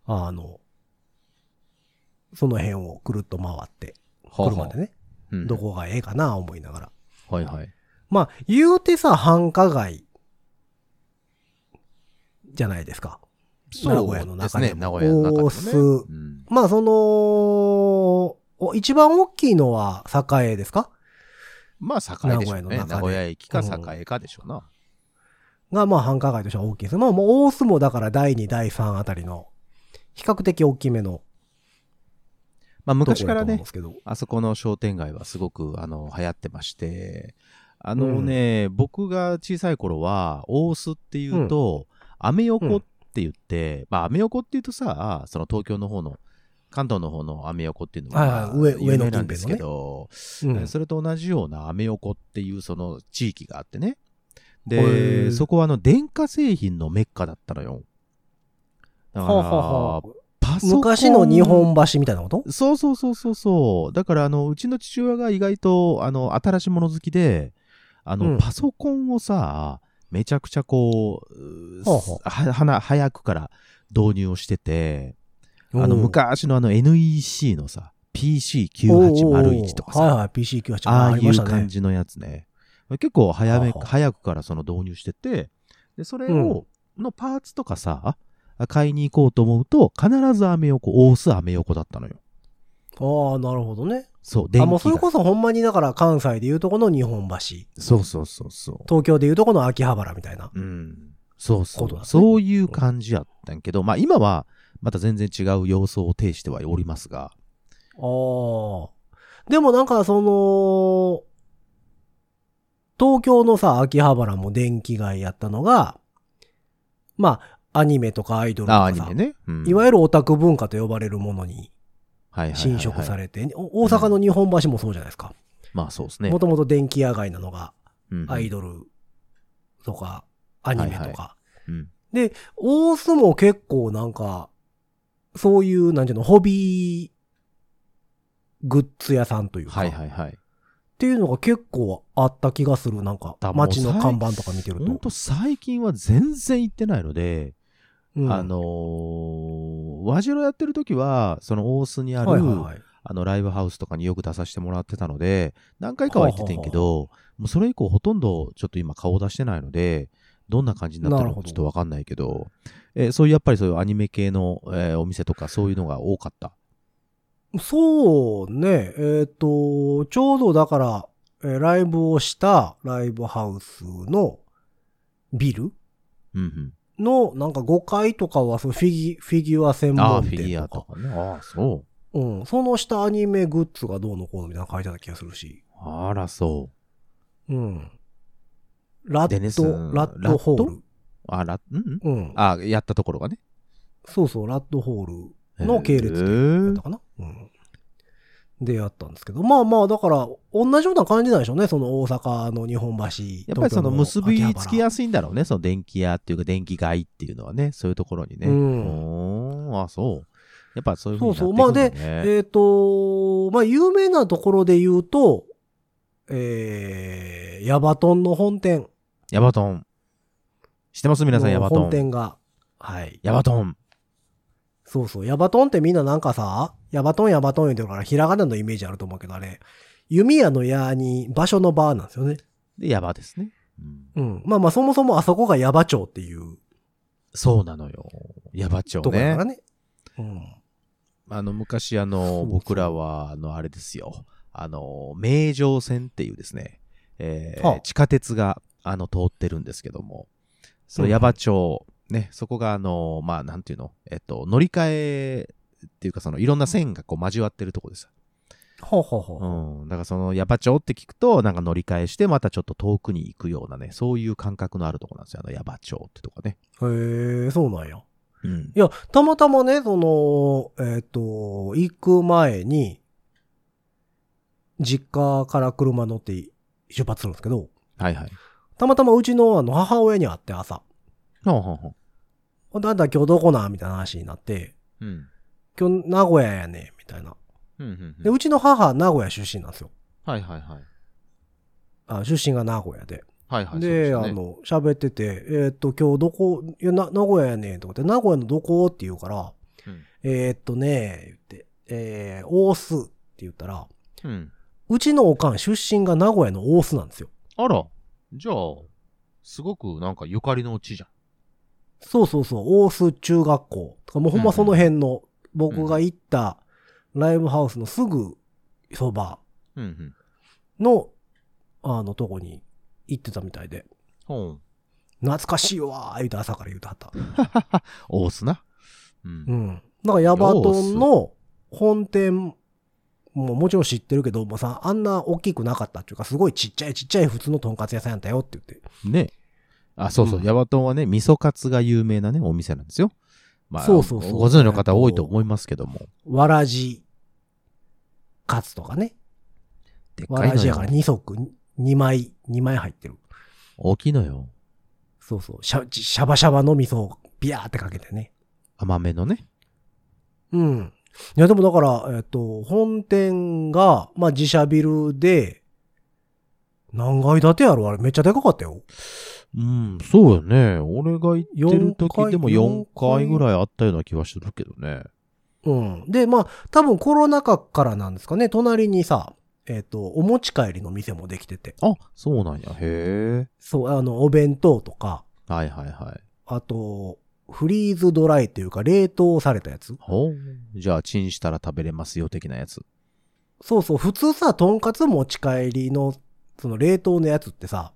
[SPEAKER 2] あの、その辺をくるっと回って、
[SPEAKER 3] はあはあ
[SPEAKER 2] 車でね、
[SPEAKER 3] うん
[SPEAKER 2] どこがええかな思いながら。
[SPEAKER 3] はいはい。
[SPEAKER 2] まあ、言うてさ、繁華街、じゃないですか。名古屋の中でも
[SPEAKER 3] そうですね。名古屋の中でもね。
[SPEAKER 2] 大須
[SPEAKER 3] うん
[SPEAKER 2] まあ、その、お一番大きいのは栄ですか
[SPEAKER 3] まあ、栄でし
[SPEAKER 2] 名古
[SPEAKER 3] ょう
[SPEAKER 2] 屋の
[SPEAKER 3] ね。
[SPEAKER 2] 中で
[SPEAKER 3] 名古屋駅か栄かでしょうな。
[SPEAKER 2] が、まあ、繁華街としては大きいです。まあ、もう大相撲だから第2、第3あたりの、比較的大きめの
[SPEAKER 3] まあ、
[SPEAKER 2] ところ
[SPEAKER 3] 昔か
[SPEAKER 2] だと思
[SPEAKER 3] ら
[SPEAKER 2] うん
[SPEAKER 3] ね
[SPEAKER 2] で、すけど。
[SPEAKER 3] あそこの商店街はすごく、あの、流行ってまして、あのね、僕が小さい頃は、大須っていうと、アメ横って言って、まあ、アメ横っていうとさ、その東京の方の、関東の方のアメ横っていうのが、
[SPEAKER 2] はいはい上上の
[SPEAKER 3] 有名なんですけ
[SPEAKER 2] 近
[SPEAKER 3] ど、
[SPEAKER 2] うん
[SPEAKER 3] それと同じようなアメ横っていうその地域があってね。
[SPEAKER 2] へー
[SPEAKER 3] で、そこはあの、電化製品のメッカだったのよ。だから、
[SPEAKER 2] はあはあはあ
[SPEAKER 3] パソコン
[SPEAKER 2] 昔の日本橋みたいなこと
[SPEAKER 3] そうそうそうそうそう。だから、あの、うちの父親が意外と、あの、新しいもの好きで、あの、
[SPEAKER 2] うん
[SPEAKER 3] パソコンをさ、めちゃくちゃこう、うー
[SPEAKER 2] ほうほう
[SPEAKER 3] は、はな、早くから導入をしてて、あの、
[SPEAKER 2] うん
[SPEAKER 3] 昔のあの NEC のさ、PC9801 とかさ、
[SPEAKER 2] おうおうはいはい、PC98 とかあ
[SPEAKER 3] ああ
[SPEAKER 2] り
[SPEAKER 3] い
[SPEAKER 2] ま
[SPEAKER 3] う
[SPEAKER 2] した
[SPEAKER 3] 感
[SPEAKER 2] ね。
[SPEAKER 3] じのやつね。結構早め、
[SPEAKER 2] はあはあ
[SPEAKER 3] 早くからその導入してて、で、それを、のパーツとかさ、買いに行こうと思うと、必ずアメ横、大須アメ横だったのよ。
[SPEAKER 2] ああ、なるほどね。
[SPEAKER 3] そう、電
[SPEAKER 2] あ、
[SPEAKER 3] 気
[SPEAKER 2] もうそれ
[SPEAKER 3] が
[SPEAKER 2] こそほんまにだから関西でいうとこの日本橋、
[SPEAKER 3] そうそうそうそ
[SPEAKER 2] 東京でいうとこの秋葉原みたいな。
[SPEAKER 3] う。うん。そうそ
[SPEAKER 2] こと
[SPEAKER 3] う。
[SPEAKER 2] だね
[SPEAKER 3] そういう感じやったんけど、まあ今は、また全然違う様相を呈してはおりますが、
[SPEAKER 2] ああ。でもなんかその、東京のさ、秋葉原も電気街やったのが、まあ、アニメとかアイドルと
[SPEAKER 3] あ
[SPEAKER 2] か
[SPEAKER 3] アニ
[SPEAKER 2] さ、
[SPEAKER 3] メね。うん
[SPEAKER 2] いわゆるオタク文化と呼ばれるものに
[SPEAKER 3] はいはいはいはい
[SPEAKER 2] 侵食されて、お大阪の日本橋もそうじゃないですか。
[SPEAKER 3] まあそうですね
[SPEAKER 2] も。ともと電気屋街なのが、
[SPEAKER 3] うん
[SPEAKER 2] アイドルとか、アニメとか。
[SPEAKER 3] はいうん
[SPEAKER 2] で、大須も結構なんか、そういう、なんていうの、ホビーグッズ屋さんというか、
[SPEAKER 3] はいはいはい。
[SPEAKER 2] っていうのが結構あった気がする。なんか
[SPEAKER 3] だ、もう
[SPEAKER 2] 街の看板とか見てる
[SPEAKER 3] ほん
[SPEAKER 2] と。
[SPEAKER 3] と最近は全然行ってないので、
[SPEAKER 2] うん
[SPEAKER 3] あ、のー、和白やってる時は、その大須にある、
[SPEAKER 2] はいはいはい。
[SPEAKER 3] あの、ライブハウスとかによく出させてもらってたので、何回かは行っててんけど、もうそれ以降ほとんどちょっと今顔出してないので、どんな感じになった
[SPEAKER 2] なる
[SPEAKER 3] の
[SPEAKER 2] ほ
[SPEAKER 3] か
[SPEAKER 2] ど
[SPEAKER 3] ちょっとわかんないけど、えーそういうやっぱりそういうアニメ系の、えーお店とかそういうのが多かった。
[SPEAKER 2] そうね、えっ、と、ちょうどだから、えーライブをしたライブハウスのビル
[SPEAKER 3] うん
[SPEAKER 2] の、なんか5階とかはそうフィギ、フィギュア専
[SPEAKER 3] うん。ああ、
[SPEAKER 2] 門
[SPEAKER 3] フィギ
[SPEAKER 2] 店
[SPEAKER 3] ュ
[SPEAKER 2] と
[SPEAKER 3] アと
[SPEAKER 2] か。
[SPEAKER 3] かね。ああ、そう。
[SPEAKER 2] うん。その下アニメグッズがどうのこうのみたいなの書いてあった気がするし。
[SPEAKER 3] あら、そう。
[SPEAKER 2] うん。ラ
[SPEAKER 3] でね
[SPEAKER 2] ッ
[SPEAKER 3] そ
[SPEAKER 2] ト、
[SPEAKER 3] の
[SPEAKER 2] ラットホール
[SPEAKER 3] ラッ。あら、うんうん。
[SPEAKER 2] うん。
[SPEAKER 3] あやったところがね。
[SPEAKER 2] そうそう、ラットホールの系列
[SPEAKER 3] へ
[SPEAKER 2] でだっ
[SPEAKER 3] ー
[SPEAKER 2] たかな。うん。でやったんですけど、まあまあ、だから、同じような感じなんでしょうね、その大阪の日本橋。
[SPEAKER 3] やっぱりその結びつき
[SPEAKER 2] 合い。
[SPEAKER 3] やすいんだろうね、その電気屋っていうか電気街っていうのはね、そういうところにね。
[SPEAKER 2] うん
[SPEAKER 3] おーあ、そう。やっぱそういうふう
[SPEAKER 2] そう
[SPEAKER 3] に
[SPEAKER 2] そう。ま
[SPEAKER 3] な
[SPEAKER 2] あ
[SPEAKER 3] って
[SPEAKER 2] で
[SPEAKER 3] いくん、だね。
[SPEAKER 2] えっ、と、まあ有名なところで言うと、えー、ヤバトンの本店。
[SPEAKER 3] ヤバトン。知ってます皆さん、ヤバト
[SPEAKER 2] 本
[SPEAKER 3] ン。
[SPEAKER 2] 店が。はい。
[SPEAKER 3] ヤバトン。
[SPEAKER 2] そうそう。ヤバトンってみんななんかさ、ヤバトンヤバトン言ってるから、ひらがなのイメージあると思うけど、あれ、弓矢の矢に場所のバーなんですよね。
[SPEAKER 3] で、ヤバですね。
[SPEAKER 2] う
[SPEAKER 3] うん
[SPEAKER 2] ん。まあまあ、そもそもあそこがヤバ町っていう
[SPEAKER 3] そうなのよ。ヤバ町
[SPEAKER 2] ところだ
[SPEAKER 3] ね
[SPEAKER 2] から。ね。うん。
[SPEAKER 3] あの、昔、あ
[SPEAKER 2] そうそ
[SPEAKER 3] の、
[SPEAKER 2] う
[SPEAKER 3] 僕らは、あの、あれですよ。あの、名城線っていうですね、えー
[SPEAKER 2] はあ
[SPEAKER 3] 地下鉄が、あの、通ってるんですけども、その
[SPEAKER 2] うん
[SPEAKER 3] 矢場町、ね、そこが、あの、まあ、なんていうの、えっと、乗り換えっていうか、その、いろんな線がこう交わってるとこです。
[SPEAKER 2] ほうほうほう。
[SPEAKER 3] うん。だから、その、矢場町って聞くと、なんか乗り換えして、またちょっと遠くに行くようなね、そういう感覚のあるとこなんですよ。あの、矢場町ってとこね。
[SPEAKER 2] へえ、そうなんや。
[SPEAKER 3] うん
[SPEAKER 2] い。や、たまたまね、その、えっ、と、行く前に、実家から車乗って出発するんですけど、
[SPEAKER 3] はいはい。
[SPEAKER 2] たまたまうちのあの母親に会って朝、
[SPEAKER 3] ほうほうほ
[SPEAKER 2] あんた今日どこなんみたいな話になって、
[SPEAKER 3] う。うん。
[SPEAKER 2] 今日名古屋やねみたいな。
[SPEAKER 3] うんうん
[SPEAKER 2] で、
[SPEAKER 3] うん。
[SPEAKER 2] うちの母は名古屋出身なんですよ。
[SPEAKER 3] はいはいはい。
[SPEAKER 2] あ出身が名古屋で。
[SPEAKER 3] はいはい。そう
[SPEAKER 2] で、
[SPEAKER 3] す
[SPEAKER 2] あ
[SPEAKER 3] ね、
[SPEAKER 2] の、喋ってて、えーっと、今日どこ、いや、な名古屋やねんとかって、名古屋のどこって言うから、
[SPEAKER 3] うん
[SPEAKER 2] えーっとね、言って、えー、大須って言ったら、
[SPEAKER 3] うん。
[SPEAKER 2] うちのおかん出身が名古屋の大須なんですよ。
[SPEAKER 3] あら、じゃあ、すごくなんかゆかりの地じゃん。
[SPEAKER 2] そうそうそう、大須中学校とか、もうほんまその辺の、僕が行ったライブハウスのすぐそば
[SPEAKER 3] うんうん。
[SPEAKER 2] の、あの、とこに行ってたみたいで、
[SPEAKER 3] ほう。
[SPEAKER 2] 懐かしいわー、言うて朝から言うてはった。
[SPEAKER 3] 大砂。う。
[SPEAKER 2] うんん。だからヤバトンの本店ももちろん知ってるけど、まあ、さ、あんな大きくなかったっていうか、すごいちっちゃいちっちゃい普通のとんかつ屋さんやったよって言って。
[SPEAKER 3] ね。あ、そうそうう。
[SPEAKER 2] ん
[SPEAKER 3] ヤバトンはね、味噌カツが有名なね、お店なんですよ。まあ、
[SPEAKER 2] そうそうそう
[SPEAKER 3] ご存知の方多いと思いますけども。
[SPEAKER 2] わらじカツとかね。
[SPEAKER 3] でっ
[SPEAKER 2] わ
[SPEAKER 3] かい
[SPEAKER 2] ら
[SPEAKER 3] の
[SPEAKER 2] じやから
[SPEAKER 3] よ。
[SPEAKER 2] 2足、2枚、2枚入ってる。
[SPEAKER 3] 大きいのよ。
[SPEAKER 2] そうそう。シャシャバシャバの味噌をビヤーってかけてね。
[SPEAKER 3] 甘めのね。
[SPEAKER 2] うん。いや、でもだから、えっと、本店が、まあ、自社ビルで、何階建てやろあれめっちゃでかかったよ。
[SPEAKER 3] うん、そうよね。俺が行ってる時
[SPEAKER 2] 四
[SPEAKER 3] でも
[SPEAKER 2] 回
[SPEAKER 3] 4回
[SPEAKER 2] 四回
[SPEAKER 3] ぐらいあったような気はするけどね。
[SPEAKER 2] うん。で、まあ、多分コロナ禍からなんですかね、隣にさ、えっ、と、お持ち帰りの店もできてて、
[SPEAKER 3] あ、そうなんや。へえ。
[SPEAKER 2] そう、あの、お弁当とか、
[SPEAKER 3] はいはいはい。
[SPEAKER 2] あと、フリーズドライというか、冷凍されたやつ。
[SPEAKER 3] ほう。じゃあ、チンしたら食べれますよ、的なやつ。
[SPEAKER 2] そうそう、普通さ、とんかつ持ち帰りの、その冷凍のやつってさ、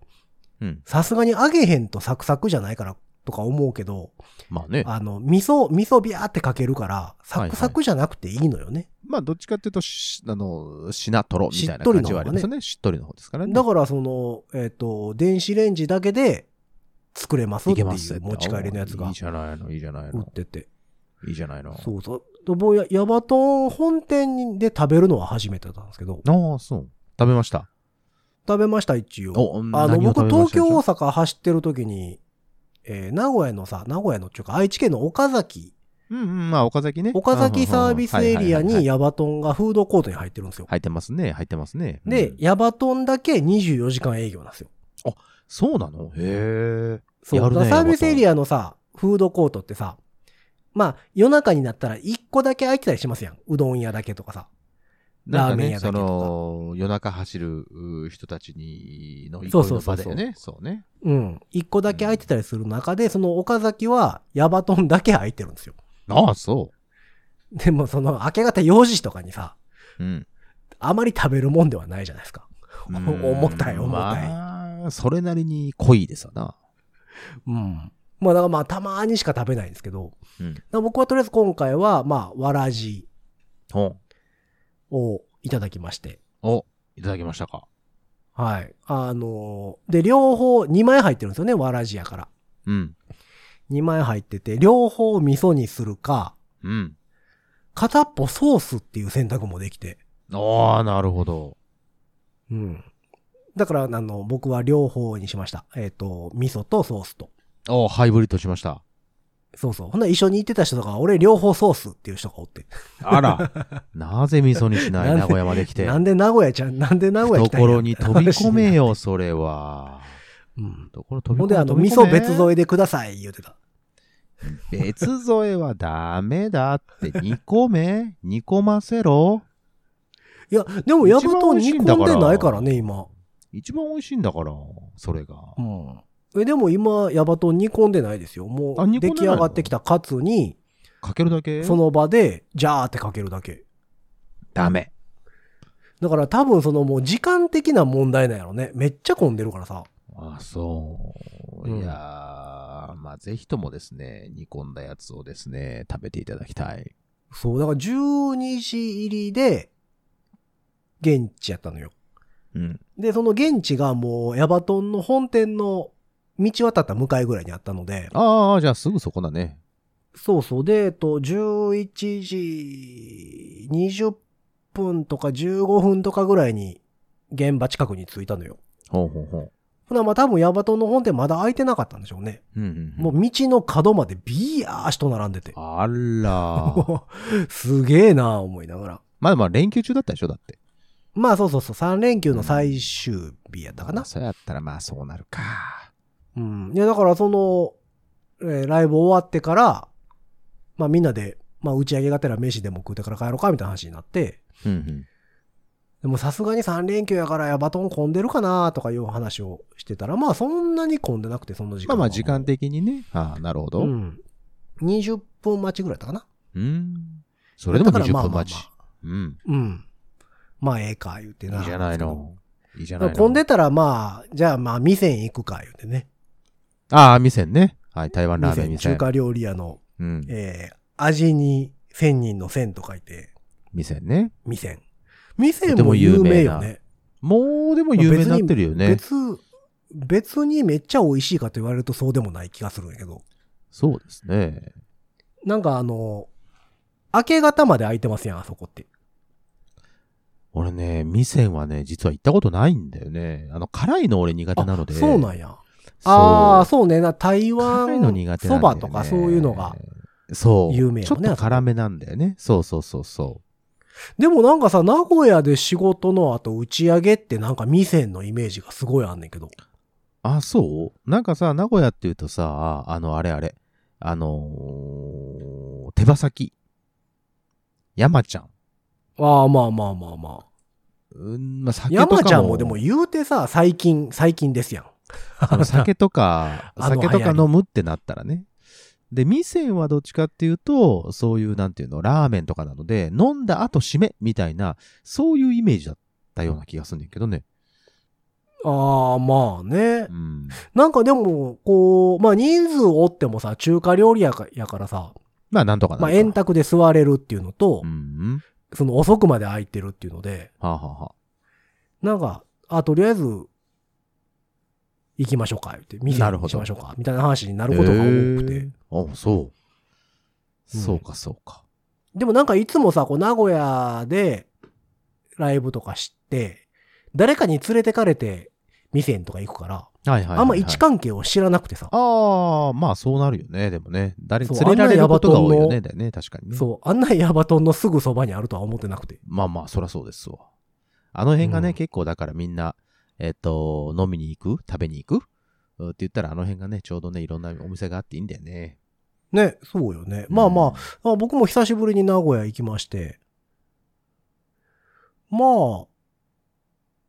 [SPEAKER 3] うん。
[SPEAKER 2] さすがに揚げへんとサクサクじゃないから、とか思うけど、
[SPEAKER 3] まあね。
[SPEAKER 2] あの、味噌、味噌ビャーってかけるから、サクサクじゃなくていいのよね。
[SPEAKER 3] まあ、どっちかっていうとし、あの、しなとろみたいな感じはありますよね。しっとりの方ですからね。
[SPEAKER 2] だから、その、えっ、と、電子レンジだけで作れます
[SPEAKER 3] い
[SPEAKER 2] ってい
[SPEAKER 3] け
[SPEAKER 2] う
[SPEAKER 3] ますよ
[SPEAKER 2] 持ち帰りのやつ
[SPEAKER 3] い
[SPEAKER 2] が
[SPEAKER 3] いじゃないの、いいじゃない
[SPEAKER 2] 売っ
[SPEAKER 3] の。
[SPEAKER 2] てて。
[SPEAKER 3] いいじゃないの。
[SPEAKER 2] そうそう。でもうや、ヤバトン本店で食べるのは初めてだったんですけど、
[SPEAKER 3] ああ、そう。食べました。
[SPEAKER 2] 食べました、一応。
[SPEAKER 3] お、
[SPEAKER 2] あの、
[SPEAKER 3] 何を食
[SPEAKER 2] 僕、
[SPEAKER 3] べま
[SPEAKER 2] 東
[SPEAKER 3] したでし
[SPEAKER 2] 京、
[SPEAKER 3] ょ
[SPEAKER 2] 大阪走ってる時に、えー名古屋のさ、名古屋のっていうか、愛知県の岡崎、
[SPEAKER 3] うんうん、まあ、岡崎ね。
[SPEAKER 2] 岡崎サービスエリア
[SPEAKER 3] はいはいはいは
[SPEAKER 2] に
[SPEAKER 3] い
[SPEAKER 2] ヤバトンがフードコートに入ってるんですよ。
[SPEAKER 3] 入ってますね、入ってますね。うん
[SPEAKER 2] で、、ヤバトンだけ24時間営業なんですよ。
[SPEAKER 3] そうなのへえ。
[SPEAKER 2] そう。
[SPEAKER 3] やるね
[SPEAKER 2] だからサービスエリアのさ、フードコートってさ、まあ、夜中になったら1個だけ空いてたりしますやん。うどん屋だけとかさ。ラ
[SPEAKER 3] なんか
[SPEAKER 2] ーメン
[SPEAKER 3] ね、
[SPEAKER 2] 屋
[SPEAKER 3] そ
[SPEAKER 2] だけとか
[SPEAKER 3] の、夜中走るう人たちに、の
[SPEAKER 2] そう
[SPEAKER 3] 憩い
[SPEAKER 2] そ
[SPEAKER 3] の
[SPEAKER 2] うそ
[SPEAKER 3] 場
[SPEAKER 2] う
[SPEAKER 3] だ
[SPEAKER 2] そう
[SPEAKER 3] よね。そうね。
[SPEAKER 2] うん。一個だけ空いてたりする中で、その岡崎はヤバトンだけ空いてるんですよ。 (laughs)
[SPEAKER 3] ああ、そ
[SPEAKER 2] でもその明け方4時とかにさ、
[SPEAKER 3] う。うん。
[SPEAKER 2] あまり食べるもんではないじゃないですか。重たい
[SPEAKER 3] うん
[SPEAKER 2] 重たい
[SPEAKER 3] まあ、それなりに濃いですわな。
[SPEAKER 2] うん。まあだからまあたまーにしか食べないんですけど、
[SPEAKER 3] うん
[SPEAKER 2] だから僕はとりあえず今回はまあわらじ
[SPEAKER 3] お、
[SPEAKER 2] をいただきまして、
[SPEAKER 3] お、いただきましたか。
[SPEAKER 2] はい。あのーで、両方2枚入ってるんですよね、わらじやから。
[SPEAKER 3] うん。
[SPEAKER 2] 2枚入ってて、両方味噌にするか、
[SPEAKER 3] うん。
[SPEAKER 2] 片っぽソースっていう選択もできて、
[SPEAKER 3] ああ、なるほど。
[SPEAKER 2] うん。だから、あの、僕は両方にしました。えっ、と、味噌とソースと。
[SPEAKER 3] おハイブリッドしました。
[SPEAKER 2] そうそう。ほんなら一緒に行ってた人とか、俺両方ソースっていう人がおって。
[SPEAKER 3] あ
[SPEAKER 2] (laughs)
[SPEAKER 3] ら、なぜ味噌にしない
[SPEAKER 2] なんで
[SPEAKER 3] 名古屋まで来て。
[SPEAKER 2] なんで名古屋ちゃん、なんで名古屋来たんや
[SPEAKER 3] 懐に飛び込め。よ、それは。
[SPEAKER 2] うん。
[SPEAKER 3] 懐飛び
[SPEAKER 2] ほ
[SPEAKER 3] 込
[SPEAKER 2] ん
[SPEAKER 3] め
[SPEAKER 2] で、あの、味噌別添えでください、言うてた。
[SPEAKER 3] え。別添えはダメだって、煮込め煮込ませろ
[SPEAKER 2] いや、でも、ヤブトン煮
[SPEAKER 3] 一番美味しい
[SPEAKER 2] 込
[SPEAKER 3] んだか
[SPEAKER 2] ん
[SPEAKER 3] ら
[SPEAKER 2] でないからね、今。
[SPEAKER 3] 一番美味しいんだから、それが。
[SPEAKER 2] うん。え、でも今、ヤバトン煮込んでないですよ。も
[SPEAKER 3] あ煮込ん
[SPEAKER 2] う、出
[SPEAKER 3] でない
[SPEAKER 2] 来
[SPEAKER 3] の
[SPEAKER 2] 上がってきたカツに、
[SPEAKER 3] かけるだけ
[SPEAKER 2] その場で、ジャーってかけるだけ。
[SPEAKER 3] ダメ。
[SPEAKER 2] だから多分そのもう時間的な問題なんやろね。めっちゃ混んでるからさ。
[SPEAKER 3] あ、そう。
[SPEAKER 2] うん
[SPEAKER 3] いやー、まあ、ぜひともですね、煮込んだやつをですね、食べていただきたい。
[SPEAKER 2] そう、だから12時入りで、現地やったのよ。
[SPEAKER 3] うん。
[SPEAKER 2] で、その現地がもう、ヤバトンの本店の道渡った向かいぐらいにあったので、
[SPEAKER 3] ああ、じゃあすぐそこだね。
[SPEAKER 2] そうそう、で、えっと、11時20分とか15分とかぐらいに現場近くに着いたのよ。
[SPEAKER 3] ほうほうほう。
[SPEAKER 2] ほな、まあ多分ヤバトンの本店まだ開いてなかったんでしょうね。
[SPEAKER 3] うんうんうん
[SPEAKER 2] もう道の角までビヤーしと並んでて。
[SPEAKER 3] あら (laughs) ー。
[SPEAKER 2] もう (laughs) すげえなあ思いながら。
[SPEAKER 3] まあまあ連休中だったでしょだって。
[SPEAKER 2] まあそうそうそう、3連休の最終日やったかな
[SPEAKER 3] あ。そうやったらまあそうなるか。
[SPEAKER 2] うん。いや、だからその、えーライブ終わってから、まあみんなで、まあ打ち上げがてら飯でも食うてから帰ろうかみたいな話になって、
[SPEAKER 3] うんうん。
[SPEAKER 2] でもさすがに3連休やからやバトン混んでるかなとかいう話をしてたら、まあそんなに混んでなくて、その時間
[SPEAKER 3] まあ
[SPEAKER 2] は。
[SPEAKER 3] まあ時間的にね。ああ、なるほど。
[SPEAKER 2] う
[SPEAKER 3] うん。
[SPEAKER 2] ん。20分待ちぐらいだったかな。
[SPEAKER 3] それでも
[SPEAKER 2] だからまあ
[SPEAKER 3] 20分
[SPEAKER 2] まあ
[SPEAKER 3] 待ち。うん。
[SPEAKER 2] まあうん。まあええか言ってな。
[SPEAKER 3] いいじゃないの。いいじゃ
[SPEAKER 2] だ
[SPEAKER 3] な
[SPEAKER 2] か
[SPEAKER 3] い
[SPEAKER 2] ら
[SPEAKER 3] の。
[SPEAKER 2] 混んでたらまあ、じゃあまあ店に行くか言ってね。
[SPEAKER 3] ああ、店ね。はい、台湾ラーメン
[SPEAKER 2] 店
[SPEAKER 3] 店。
[SPEAKER 2] 中華料理屋の、
[SPEAKER 3] うん。
[SPEAKER 2] えー、味に千人の千と書いて、
[SPEAKER 3] 店ね。
[SPEAKER 2] 店。店も有名よね。
[SPEAKER 3] もうでも有名になってるよね。
[SPEAKER 2] 別、別にめっちゃ美味しいかと言われるとそうでもない気がするんやけど。
[SPEAKER 3] そうですね。
[SPEAKER 2] なんかあの、明け方まで開いてますやん、あそこって。
[SPEAKER 3] 俺ね、店はね、実は行ったことないんだよね。あの、辛いの俺苦手なので。
[SPEAKER 2] あそうなんや。
[SPEAKER 3] そう
[SPEAKER 2] ああ、そうね。な台
[SPEAKER 3] 辛いの
[SPEAKER 2] 湾
[SPEAKER 3] 苦手な
[SPEAKER 2] そ
[SPEAKER 3] んだ
[SPEAKER 2] ば
[SPEAKER 3] よね
[SPEAKER 2] とかそういうのが。。
[SPEAKER 3] そう。
[SPEAKER 2] 有名よね
[SPEAKER 3] ちょっと辛めなんだよね。そうそうそうそ
[SPEAKER 2] でもなんかさ、名古屋で仕事の後打ち上げってなんか店のイメージがすごいあんねんけど。
[SPEAKER 3] う。あ、そうなんかさ、名古屋っていうとさ、あの、あれあれ。あのー手羽先。山ちゃん。
[SPEAKER 2] ああ、まあまあまあまあ。
[SPEAKER 3] うん、まあ、酒とかも。
[SPEAKER 2] 山ちゃんもでも言うてさ、最近、最近ですやん。、
[SPEAKER 3] あの酒とか
[SPEAKER 2] (laughs) あの
[SPEAKER 3] 酒とか飲むってなったらね。で、店はどっちかっていうと、そういう、なんていうの、ラーメンとかなので、飲んだ後締めみたいな、そういうイメージだったような気がするんだけどね。
[SPEAKER 2] ああ、まあね
[SPEAKER 3] う。ん。
[SPEAKER 2] なんかでも、こう、まあ人数おってもさ、中華料理やかやからさ、
[SPEAKER 3] まあ、なんとかなる
[SPEAKER 2] まあ
[SPEAKER 3] か。
[SPEAKER 2] 円卓で座れるっていうのと、
[SPEAKER 3] うんうん。
[SPEAKER 2] その遅くまで空いてるっていうので、
[SPEAKER 3] はあ、はあはあ、
[SPEAKER 2] なんか、あ、とりあえず、行きましょうか、言って、店
[SPEAKER 3] なる
[SPEAKER 2] に
[SPEAKER 3] ほど
[SPEAKER 2] しましょうか、みたいな話になることが多くて。
[SPEAKER 3] えーあ、そう。
[SPEAKER 2] うん
[SPEAKER 3] そうか、そうか。
[SPEAKER 2] でもなんかいつもさ、こう名古屋でライブとかして、誰かに連れてかれて店とか行くから、
[SPEAKER 3] はいはいはいはい、
[SPEAKER 2] あんま位置関係を知らなくてさ、
[SPEAKER 3] ああ、まあそうなるよね。でもね。誰
[SPEAKER 2] そう
[SPEAKER 3] 連れられることが多いよ
[SPEAKER 2] あ
[SPEAKER 3] ね。だよね。確かにね。
[SPEAKER 2] そう、あんなヤバトンのすぐそばにあるとは思ってなくて。
[SPEAKER 3] まあまあ、そりゃそうですわ。あの辺がね、
[SPEAKER 2] うん
[SPEAKER 3] 結構だからみんな、えっ、と、飲みに行く食べに行くうって言ったらあの辺がね、ちょうどね、いろんなお店があっていいんだよね。
[SPEAKER 2] ね、そうよね。まあまあ
[SPEAKER 3] うん、
[SPEAKER 2] あ僕も久しぶりに名古屋行きまして、ま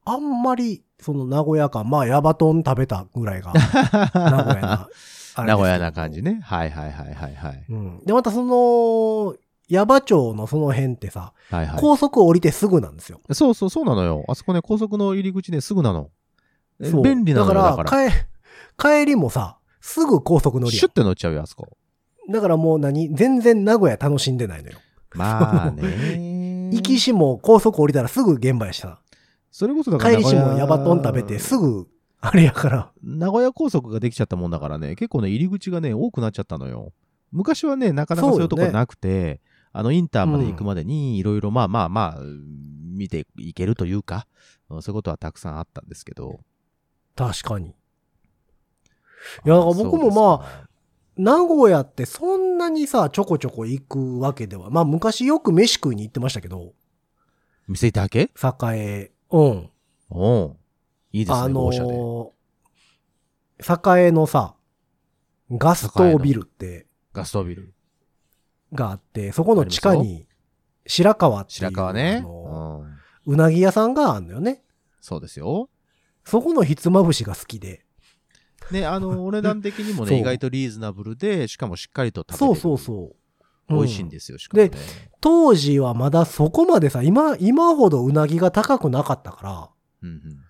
[SPEAKER 2] あ、あんまり、その名古屋感、まあヤバトン食べたぐら
[SPEAKER 3] (laughs)
[SPEAKER 2] いが、名古屋なあれですけど、
[SPEAKER 3] 名古屋な感じね。はいはいはいはいはい。
[SPEAKER 2] うん。で、またその、矢場町のその辺ってさ、
[SPEAKER 3] はいはい
[SPEAKER 2] 高速降りてすぐなんですよ。
[SPEAKER 3] そうそうそうなのよ。あそこね、高速の入り口ね、すぐなの。え
[SPEAKER 2] そう
[SPEAKER 3] 便利なのよだから。
[SPEAKER 2] 帰、帰りもさ、すぐ高速乗りや
[SPEAKER 3] シュッて乗っちゃうよ、あそこ。
[SPEAKER 2] ん。だからもう何全然名古屋楽しんでないのよ。。
[SPEAKER 3] まあね
[SPEAKER 2] (laughs) 行きしも高速降りたらすぐ現場やしさ。
[SPEAKER 3] それこそだから
[SPEAKER 2] 帰
[SPEAKER 3] 名
[SPEAKER 2] りし
[SPEAKER 3] 古屋
[SPEAKER 2] もヤバトン食べてすぐ、あれやから。
[SPEAKER 3] 名古屋高速ができちゃったもんだからね、結構ね、入り口がね、多くなっちゃったのよ。昔はね、なかなかそういうとこ
[SPEAKER 2] そうよね
[SPEAKER 3] なくて、あの、インターまで行くまでに、いろいろ、まあまあまあ、うん見ていけるというか、うんそういうことはたくさんあったんですけど。
[SPEAKER 2] 確かに。いや、だから僕もまあ、
[SPEAKER 3] あ、
[SPEAKER 2] 名古屋ってそんなにさ、ちょこちょこ行くわけでは。まあ昔よく飯食いに行ってましたけど、
[SPEAKER 3] 店だけ
[SPEAKER 2] 栄、うん。
[SPEAKER 3] おういいです
[SPEAKER 2] あ
[SPEAKER 3] ね、
[SPEAKER 2] の
[SPEAKER 3] 号車で。
[SPEAKER 2] ー、栄のさ、ガストービルって、
[SPEAKER 3] ガストビル。
[SPEAKER 2] があって、そこの地下に、白川っていう、
[SPEAKER 3] 白川
[SPEAKER 2] あ
[SPEAKER 3] ね。
[SPEAKER 2] の
[SPEAKER 3] うん。
[SPEAKER 2] うなぎ屋さんがあんのよね。
[SPEAKER 3] そうですよ。
[SPEAKER 2] そこのひつまぶしが好きで。
[SPEAKER 3] ね、あ
[SPEAKER 2] (laughs)
[SPEAKER 3] の、お値段的にも
[SPEAKER 2] そう
[SPEAKER 3] ね、意外とリーズナブルで、しかもしっかりと食べて
[SPEAKER 2] そうそう
[SPEAKER 3] う。
[SPEAKER 2] そう。
[SPEAKER 3] 美味しいん
[SPEAKER 2] す。
[SPEAKER 3] ですよ、しかも、ね。
[SPEAKER 2] で当時はまだそこまでさ、今、今ほどうなぎが高くなかったから、
[SPEAKER 3] うんうん。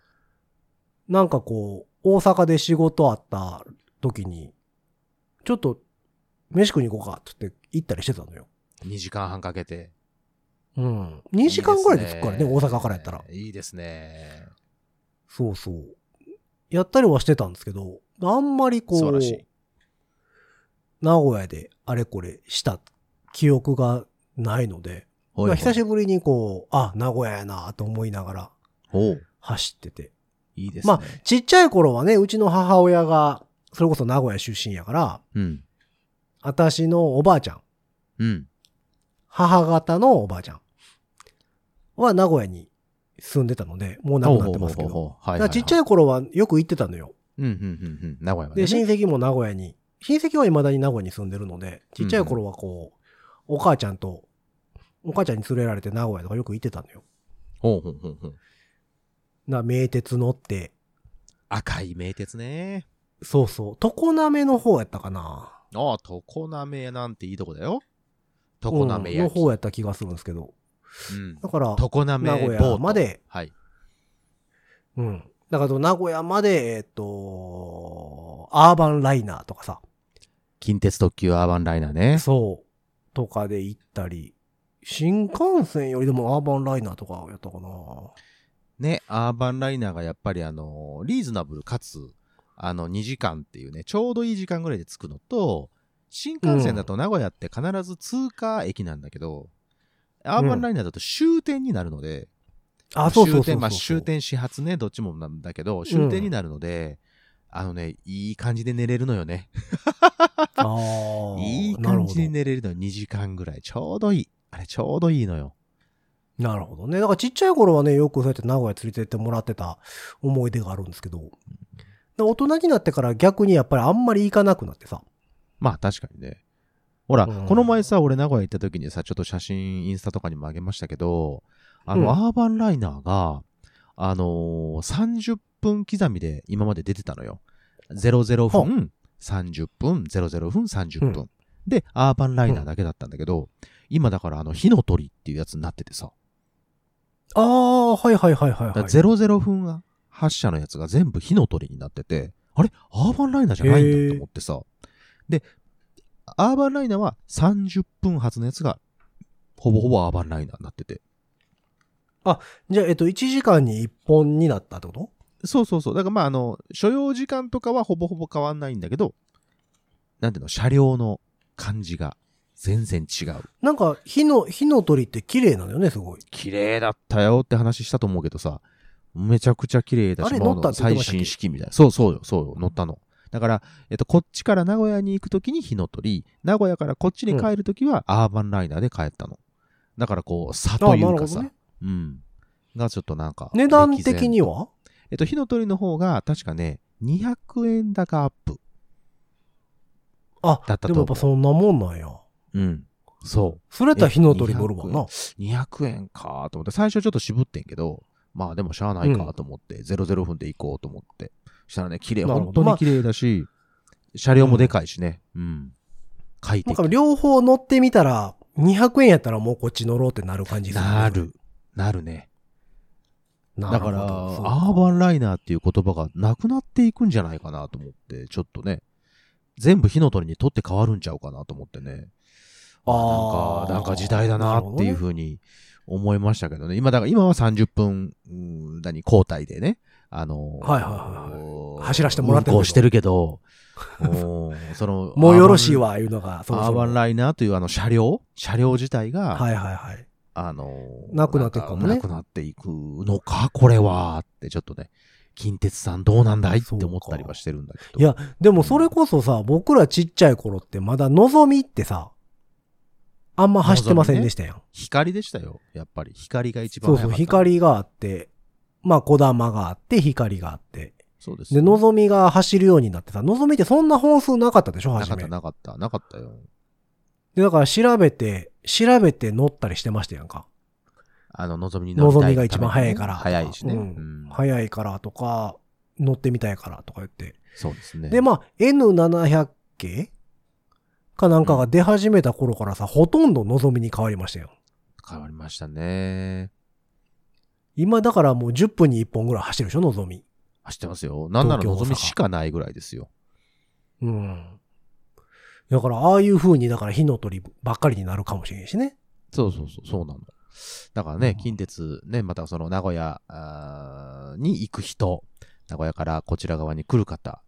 [SPEAKER 2] なんかこう、大阪で仕事あった時に、ちょっと、飯食いに行こうかって言って行ったりしてたのよ。
[SPEAKER 3] 2時間半かけて。
[SPEAKER 2] うん。2時間ぐらいで着くからね、
[SPEAKER 3] いい
[SPEAKER 2] 大
[SPEAKER 3] です
[SPEAKER 2] 阪からやったら。
[SPEAKER 3] いいですね。
[SPEAKER 2] そうそう。やったりはしてたんですけど、あんまりこ
[SPEAKER 3] 素晴
[SPEAKER 2] う
[SPEAKER 3] らし、い。
[SPEAKER 2] 名古屋であれこれした記憶がないので、
[SPEAKER 3] あおい
[SPEAKER 2] ま
[SPEAKER 3] お
[SPEAKER 2] あ
[SPEAKER 3] い
[SPEAKER 2] 久しぶりにこう、あ、名古屋やなと思いながら
[SPEAKER 3] おう
[SPEAKER 2] 走ってて。
[SPEAKER 3] いいですね。
[SPEAKER 2] まあ、ちっちゃい頃はね、うちの母親が、それこそ名古屋出身やから、
[SPEAKER 3] うん。
[SPEAKER 2] 私のおばあちゃん、
[SPEAKER 3] うん。
[SPEAKER 2] 母方のおばあちゃんは名古屋に住んでたので、もう亡くなってますけ
[SPEAKER 3] ほうほう
[SPEAKER 2] ど。
[SPEAKER 3] ほうほうはい
[SPEAKER 2] だから
[SPEAKER 3] はいはい。
[SPEAKER 2] ちっちゃい頃はよく行ってたのよ。
[SPEAKER 3] うんうんうんうん。名古屋まで、
[SPEAKER 2] で、
[SPEAKER 3] ね。
[SPEAKER 2] 親戚も名古屋に、親戚は未だに名古屋に住んでるので、ちっちゃい頃はこう、お母ちゃんと、お母ちゃんに連れられて名古屋とかよく行ってたのよ。
[SPEAKER 3] ほうほうほうほう。
[SPEAKER 2] な、名鉄乗って、
[SPEAKER 3] 赤い名鉄ね。
[SPEAKER 2] そうそう、常滑の方やったかな。
[SPEAKER 3] ああ、常滑なんていいとこだよ。常滑
[SPEAKER 2] うんの
[SPEAKER 3] 焼き。
[SPEAKER 2] 方やった気がするんですけど。
[SPEAKER 3] うん。
[SPEAKER 2] だから、
[SPEAKER 3] 常滑
[SPEAKER 2] 名古
[SPEAKER 3] ボー
[SPEAKER 2] 屋
[SPEAKER 3] ト
[SPEAKER 2] ま。で、
[SPEAKER 3] はい。
[SPEAKER 2] うん。だから、名古屋まで、えっと、アーバンライナーとかさ、
[SPEAKER 3] 近鉄特急アーバンライナーね。
[SPEAKER 2] そう、とかで行ったり、新幹線よりでもアーバンライナーとかやったかな。
[SPEAKER 3] ね、アーバンライナーがやっぱりあの、リーズナブルかつ、あの、2時間っていうね、ちょうどいい時間ぐらいで着くのと、新幹線だと名古屋って必ず通過駅なんだけど、アーバンライナーだと終点になるので、
[SPEAKER 2] あ、そうそうそう
[SPEAKER 3] 終
[SPEAKER 2] そう
[SPEAKER 3] 点、まあ終点始発ね、どっちもなんだけど、終点になるので、あのね、いい感じで寝れるのよね。
[SPEAKER 2] あー
[SPEAKER 3] いい感じに寝れるのよ、2時間ぐらい。ちょうどいい。あれ、ちょうどいいのよ。
[SPEAKER 2] なるほど。なるほどね。だからちっちゃい頃はね、よくそうやって名古屋連れてってもらってた思い出があるんですけど、だから大人になってから逆にやっぱりあんまり行かなくなってさ。
[SPEAKER 3] まあ確かにね。ほら、
[SPEAKER 2] うん
[SPEAKER 3] この前さ、俺名古屋行った時にさ、ちょっと写真インスタとかにもあげましたけど、あの、
[SPEAKER 2] うん
[SPEAKER 3] アーバンライナーが、あのー30分刻みで今まで出てたのよ。00
[SPEAKER 2] ほ
[SPEAKER 3] 分、30分、00分、30分。
[SPEAKER 2] う
[SPEAKER 3] で、アーバンライナーだけだったんだけど、今だからあの、火の鳥っていうやつになっててさ、
[SPEAKER 2] ああ、はいはいはいはい、はい。
[SPEAKER 3] 00分発車のやつが全部火の鳥になってて、あれアーバンライナーじゃないんだって思ってさ。で、アーバンライナーは30分発のやつが、ほぼほぼアーバンライナーになってて。
[SPEAKER 2] じゃあ、えっと、1時間に1本になったってこと
[SPEAKER 3] そうそうそう。だからまあ、あの、所要時間とかはほぼほぼ変わんないんだけど、なんていうの、車両の感じが全然違う。
[SPEAKER 2] なんか、火の、火の鳥って綺麗なのよね、すごい。
[SPEAKER 3] 綺麗だったよって話したと思うけどさ、めちゃくちゃ綺麗だ
[SPEAKER 2] あ
[SPEAKER 3] し、
[SPEAKER 2] れ
[SPEAKER 3] もう
[SPEAKER 2] 乗ったって言って
[SPEAKER 3] 最
[SPEAKER 2] ましたっけ
[SPEAKER 3] 新式みたいな。そうそうよ、そうよ、乗ったの。だから、えっと、こっちから名古屋に行くときに火の鳥、名古屋からこっちに帰るときはアーバンライナーで帰ったの。だからこう、差と
[SPEAKER 2] あ
[SPEAKER 3] いうかさ、
[SPEAKER 2] なるほどね
[SPEAKER 3] うん。がちょっとなんか。
[SPEAKER 2] 値段的
[SPEAKER 3] 歴然。
[SPEAKER 2] には
[SPEAKER 3] えっと、火の鳥の方が確かね、200円高アップ。
[SPEAKER 2] あ、
[SPEAKER 3] だったと
[SPEAKER 2] でもやっぱそんなもんなんや。
[SPEAKER 3] うん。そう。
[SPEAKER 2] それやったら火の鳥乗るわな。
[SPEAKER 3] 200円かと思って、最初ちょっと渋ってんけど、まあでもしゃあないかと思って、00分で行こうと思って。したらね、綺麗、
[SPEAKER 2] なる
[SPEAKER 3] 本
[SPEAKER 2] ほ
[SPEAKER 3] 当
[SPEAKER 2] ど
[SPEAKER 3] に綺麗だし、車両もでかいしね。うん。快
[SPEAKER 2] なん
[SPEAKER 3] 適
[SPEAKER 2] か。両方乗ってみたら、200円やったらもうこっち乗ろうってなる感じす
[SPEAKER 3] な。る。なるね。
[SPEAKER 2] な
[SPEAKER 3] だ
[SPEAKER 2] る
[SPEAKER 3] か
[SPEAKER 2] ほど
[SPEAKER 3] ら、
[SPEAKER 2] そう
[SPEAKER 3] アーバンライナーっていう言葉がなくなっていくんじゃないかなと思って、ちょっとね、全部火の鳥にとって変わるんちゃうかなと思ってね。
[SPEAKER 2] あ
[SPEAKER 3] あなん
[SPEAKER 2] ー
[SPEAKER 3] か、なんか時代だなっていうふうに思いましたけどね。今、だから今は30分、うん何、交代でね。あのー
[SPEAKER 2] はいはいはい走らせてもらってるけど
[SPEAKER 3] 運行してる
[SPEAKER 2] (laughs)
[SPEAKER 3] けど、おーその、
[SPEAKER 2] もうよろしいわ、いうのが。
[SPEAKER 3] アーバン。アーバン
[SPEAKER 2] イ
[SPEAKER 3] ライナーというあの車両、車両自体が、
[SPEAKER 2] はいはいはい。
[SPEAKER 3] あのー
[SPEAKER 2] なくなっていくかもね
[SPEAKER 3] なかなくなっていくのか、これは、ってちょっとね、近鉄さんどうなんだいって思ったりはしてるんだけど。
[SPEAKER 2] いや、でもそれこそさ、僕らちっちゃい頃ってまだ望みってさ、あんま走ってませんでしたやん。
[SPEAKER 3] 光でしたよ、やっぱり。光が一番
[SPEAKER 2] そう
[SPEAKER 3] 早
[SPEAKER 2] そ
[SPEAKER 3] かっ
[SPEAKER 2] う、
[SPEAKER 3] た。。
[SPEAKER 2] 光があって、まあ、小玉があって、光があって。
[SPEAKER 3] そうです。
[SPEAKER 2] で、のぞみが走るようになってさ、のぞみってそんな本数なかったでしょ、
[SPEAKER 3] な
[SPEAKER 2] 初
[SPEAKER 3] かっ
[SPEAKER 2] め
[SPEAKER 3] た、。なかった、なかったよ。
[SPEAKER 2] で、だから調べて、調べて乗ったりしてましたやんか。
[SPEAKER 3] あの、望みに乗
[SPEAKER 2] の
[SPEAKER 3] り
[SPEAKER 2] ぞ
[SPEAKER 3] たい
[SPEAKER 2] みが一番早いから。
[SPEAKER 3] 早いしね。
[SPEAKER 2] う
[SPEAKER 3] うんん。
[SPEAKER 2] 早いからとか、乗ってみたいからとか言って。
[SPEAKER 3] そうですね。
[SPEAKER 2] で、まあ、N700 系かなんかが出始めた頃からさ、ほとんどのぞみに変わりましたよ。
[SPEAKER 3] 変わりましたね。
[SPEAKER 2] 今だからもう10分に1本ぐらい走るでしょ、のぞみ。
[SPEAKER 3] 走ってますよ。なんなら
[SPEAKER 2] 東京
[SPEAKER 3] 望みしかないぐらいですよ。
[SPEAKER 2] うん。だから、ああいう風に、だから火の鳥ばっかりになるかもしれんしね。
[SPEAKER 3] そうそうそう、そうなの。だからね、近鉄、ね、またその名古屋あーに行く人、名古屋からこちら側に来る方、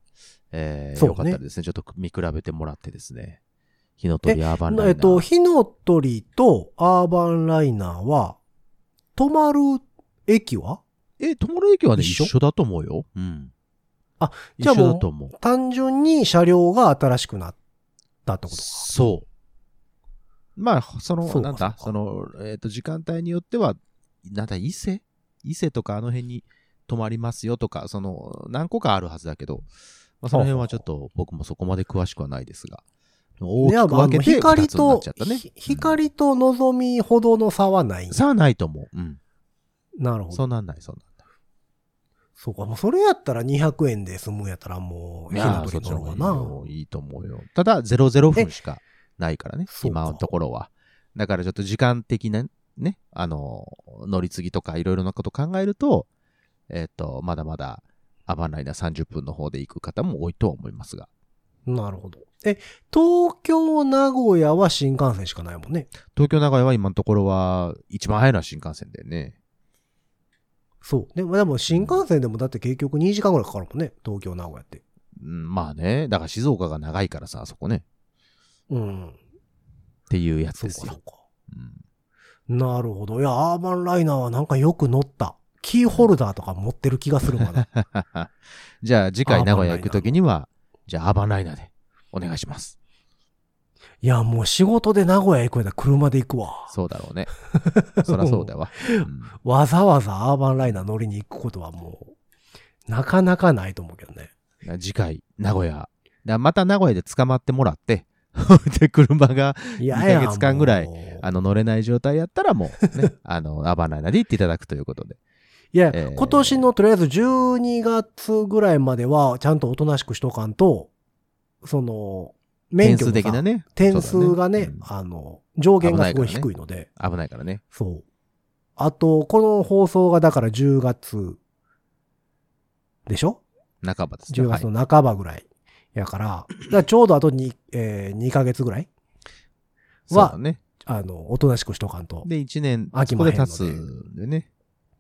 [SPEAKER 3] えー
[SPEAKER 2] そうね
[SPEAKER 3] よかったらですね、ちょっと見比べてもらってですね、火の鳥アーバンライ
[SPEAKER 2] え
[SPEAKER 3] ナー。
[SPEAKER 2] っと、火の鳥とアーバンライナーは、止まる駅は
[SPEAKER 3] え、トモロ駅はね、
[SPEAKER 2] 一緒
[SPEAKER 3] 一緒だと思うよ。うん。
[SPEAKER 2] あ、じ
[SPEAKER 3] 一
[SPEAKER 2] ゃあもう
[SPEAKER 3] 緒だと思う。
[SPEAKER 2] 単純に車両が新しくなったってこと
[SPEAKER 3] そう。まあ、その、
[SPEAKER 2] そうか
[SPEAKER 3] なんだ、
[SPEAKER 2] そ
[SPEAKER 3] その、えっ、と、時間帯によっては、なんだ、伊勢伊勢とかあの辺に泊まりますよとか、その、何個かあるはずだけど、まあ、その辺はちょっと僕もそこまで詳しくはないですが、大
[SPEAKER 2] では
[SPEAKER 3] きく
[SPEAKER 2] まああ
[SPEAKER 3] 分
[SPEAKER 2] の
[SPEAKER 3] けて
[SPEAKER 2] 光
[SPEAKER 3] 2つになっ
[SPEAKER 2] と
[SPEAKER 3] ちゃったね。
[SPEAKER 2] ひ光と望みほどの差はない
[SPEAKER 3] うん。さあないと思う。うん。
[SPEAKER 2] なるほ
[SPEAKER 3] そ
[SPEAKER 2] ど。
[SPEAKER 3] うなんない、そうなんない。
[SPEAKER 2] そうか。もうそれやったら200円で済むんやったらもう、火の鳥の方が
[SPEAKER 3] いや
[SPEAKER 2] な。
[SPEAKER 3] いいと思うよ。ただ、00分しかないからね、
[SPEAKER 2] そうか
[SPEAKER 3] 今のところは。だからちょっと時間的なね、あの、乗り継ぎとかいろいろなこと考えると、えっ、と、まだまだ、アバンライナー30分の方で行く方も多いとは思いますが。
[SPEAKER 2] なるほど。え、東京、名古屋は新幹線しかないもんね。
[SPEAKER 3] 東京名古屋は今のところは、一番早いのは新幹線だよね。
[SPEAKER 2] そう。でも、でも新幹線でもだって結局2時間ぐらいかかるもんね。東京、名古屋って。
[SPEAKER 3] うん、まあね、だから静岡が長いからさ、あそこね。
[SPEAKER 2] うん。
[SPEAKER 3] っていうやつ
[SPEAKER 2] そう
[SPEAKER 3] で
[SPEAKER 2] か、
[SPEAKER 3] す
[SPEAKER 2] そう
[SPEAKER 3] よ。
[SPEAKER 2] か。
[SPEAKER 3] うん (laughs)
[SPEAKER 2] なるほど。いや、アーバンライナーはなんかよく乗った。キーホルダーとか持ってる気がする
[SPEAKER 3] (laughs)
[SPEAKER 2] まだ。
[SPEAKER 3] じゃあ次回名古屋行くときには、じゃあアーバンライナーでお願いします。
[SPEAKER 2] いや、もう仕事で名古屋行くんだ車で行くわ。
[SPEAKER 3] そうだろうね。 (laughs) そらそうだわ。うん
[SPEAKER 2] わざわざアーバンライナー乗りに行くことはもう、なかなかないと思うけどね。 (laughs)
[SPEAKER 3] な次回、名古屋。だまた名古屋で捕まってもらって、 (laughs) で、車が、
[SPEAKER 2] いやや
[SPEAKER 3] 二ヶ月間ぐらい
[SPEAKER 2] もう
[SPEAKER 3] あの、乗れない状態やったらも
[SPEAKER 2] (laughs)
[SPEAKER 3] う、ね、あの、アーバンライナーで行っていただくということで。
[SPEAKER 2] いや、
[SPEAKER 3] えー
[SPEAKER 2] 今年のとりあえず12月ぐらいまでは、ちゃんとおとなしくしとかんと、その、免
[SPEAKER 3] 点
[SPEAKER 2] 許の
[SPEAKER 3] 数
[SPEAKER 2] さ
[SPEAKER 3] 的なね。
[SPEAKER 2] 点数がね、
[SPEAKER 3] そうだ
[SPEAKER 2] あの、上限がすごい低いので、
[SPEAKER 3] うん危ないからね。
[SPEAKER 2] そう。あと、この放送がだから10月でしょ
[SPEAKER 3] 半ばですね。
[SPEAKER 2] 10
[SPEAKER 3] はい
[SPEAKER 2] 月の半ばぐらいやから、だからちょうどあとにえー、2ヶ月ぐらい、
[SPEAKER 3] そうだね。
[SPEAKER 2] あの、おとなしくしとかんと。
[SPEAKER 3] で、1年、
[SPEAKER 2] 秋
[SPEAKER 3] そこ
[SPEAKER 2] も入
[SPEAKER 3] で
[SPEAKER 2] るの
[SPEAKER 3] 経
[SPEAKER 2] で
[SPEAKER 3] つんでね。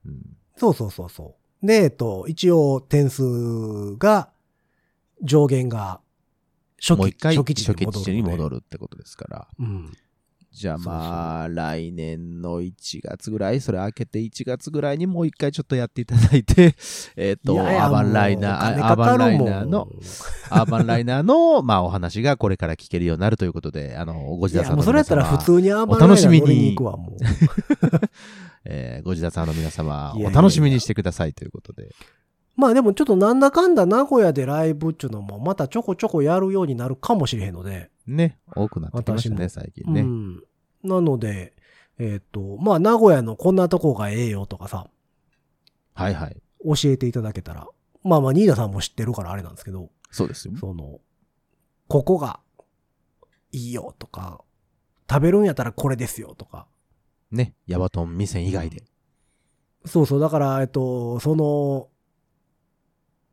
[SPEAKER 3] うん
[SPEAKER 2] そうそうそうそう。で、えっと、一応点数が、上限が初
[SPEAKER 3] もう
[SPEAKER 2] 期
[SPEAKER 3] 一回、
[SPEAKER 2] 初期値に戻るので。
[SPEAKER 3] に戻るってことですから。
[SPEAKER 2] うん。
[SPEAKER 3] じゃあまあ、来年の1月ぐらい、それ明けて1月ぐらいにもう一回ちょっとやっていただいて、 (laughs) えっ、と、
[SPEAKER 2] いやいや
[SPEAKER 3] アーバンライナ
[SPEAKER 2] もうお金
[SPEAKER 3] ー、あアーバンライナー
[SPEAKER 2] かか
[SPEAKER 3] の
[SPEAKER 2] る、もん
[SPEAKER 3] アーバンライナーの、まあお話がこれから聞けるようになるということで、あの、ご
[SPEAKER 2] い
[SPEAKER 3] 自
[SPEAKER 2] や
[SPEAKER 3] 田さん
[SPEAKER 2] も
[SPEAKER 3] の皆様。
[SPEAKER 2] うそれやったら普通にアーバン
[SPEAKER 3] お
[SPEAKER 2] ライ
[SPEAKER 3] 楽
[SPEAKER 2] ナ
[SPEAKER 3] し
[SPEAKER 2] ー
[SPEAKER 3] みに
[SPEAKER 2] 乗りに行くわ、もう。
[SPEAKER 3] えーご自田さんの皆様、
[SPEAKER 2] いやいや
[SPEAKER 3] お
[SPEAKER 2] いや
[SPEAKER 3] 楽しみにしてくださいということで。
[SPEAKER 2] まあでもちょっとなんだかんだ名古屋でライブっていうのもまたちょこちょこやるようになるかもしれへんので。
[SPEAKER 3] ね、多くなってきまし
[SPEAKER 2] 私
[SPEAKER 3] た
[SPEAKER 2] も
[SPEAKER 3] ね、最近ね。
[SPEAKER 2] うん。なので、えっ、と、まあ名古屋のこんなとこがええよとかさ、
[SPEAKER 3] はいはい。
[SPEAKER 2] 教えていただけたら。まあまあ、ニーナさんも知ってるからあれなんですけど、
[SPEAKER 3] そうですよ。
[SPEAKER 2] その、ここがいいよとか、食べるんやったらこれですよとか。
[SPEAKER 3] ね、ヤバトン店以外で。
[SPEAKER 2] そうそう、だから、えっと、その、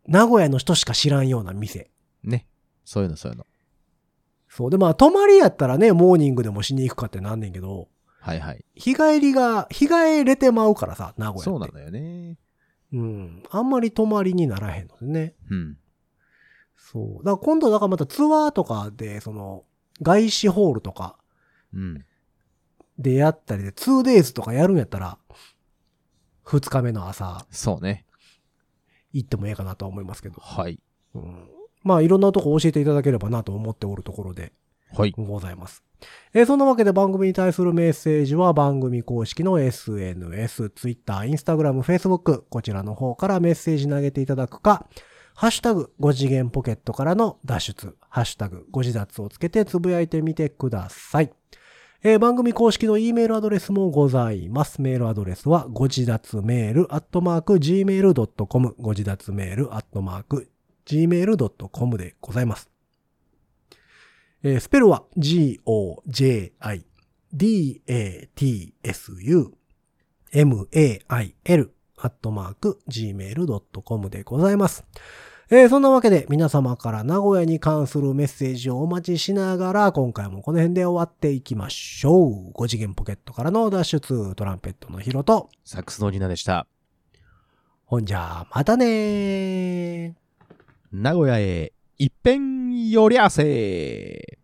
[SPEAKER 2] 名古屋の人しか知らんような店。
[SPEAKER 3] ね、そういうのそういうの。
[SPEAKER 2] そう。で、まあ、泊まりやったらね、モーニングでもしに行くかってなんねんけど、
[SPEAKER 3] はいはい。
[SPEAKER 2] 日帰りが、日帰れてまうからさ、名古屋って。
[SPEAKER 3] そうなのよね。
[SPEAKER 2] うん。あんまり泊まりにならへんのでね。
[SPEAKER 3] うん。
[SPEAKER 2] そう。だから今度、だからまたツアーとかで、その、外資ホールとか
[SPEAKER 3] うん。
[SPEAKER 2] でやったりで、2days とかやるんやったら、2日目の朝
[SPEAKER 3] そうね。
[SPEAKER 2] 行ってもええかなとは思いますけど。
[SPEAKER 3] はい。
[SPEAKER 2] うん。まあ、いろんなとこ教えていただければなと思っておるところで
[SPEAKER 3] はい。
[SPEAKER 2] ございます。えーそんなわけで番組に対するメッセージは番組公式の SNS、Twitter、Instagram、Facebook、こちらの方からメッセージ投げていただくか、ハッシュタグ5次元ポケットからの脱出、ハッシュタグ5次脱をつけてつぶやいてみてください。えー番組公式の E メールアドレスもございます。メールアドレスは、ご自立メールアットマーク gmail.com、ご自立メールアットマーク gmail.com でございます。えースペルは、g-o-j-i-d-a-t-s-u mail アットマーク gmail.com でございます。えーそんなわけで皆様から名古屋に関するメッセージをお待ちしながら今回もこの辺で終わっていきましょう。5次元ポケットからの脱出トランペットのヒロと、
[SPEAKER 3] サックスのニナでした。
[SPEAKER 2] ほんじゃまたねー。
[SPEAKER 3] 名古屋へ一遍寄りあせ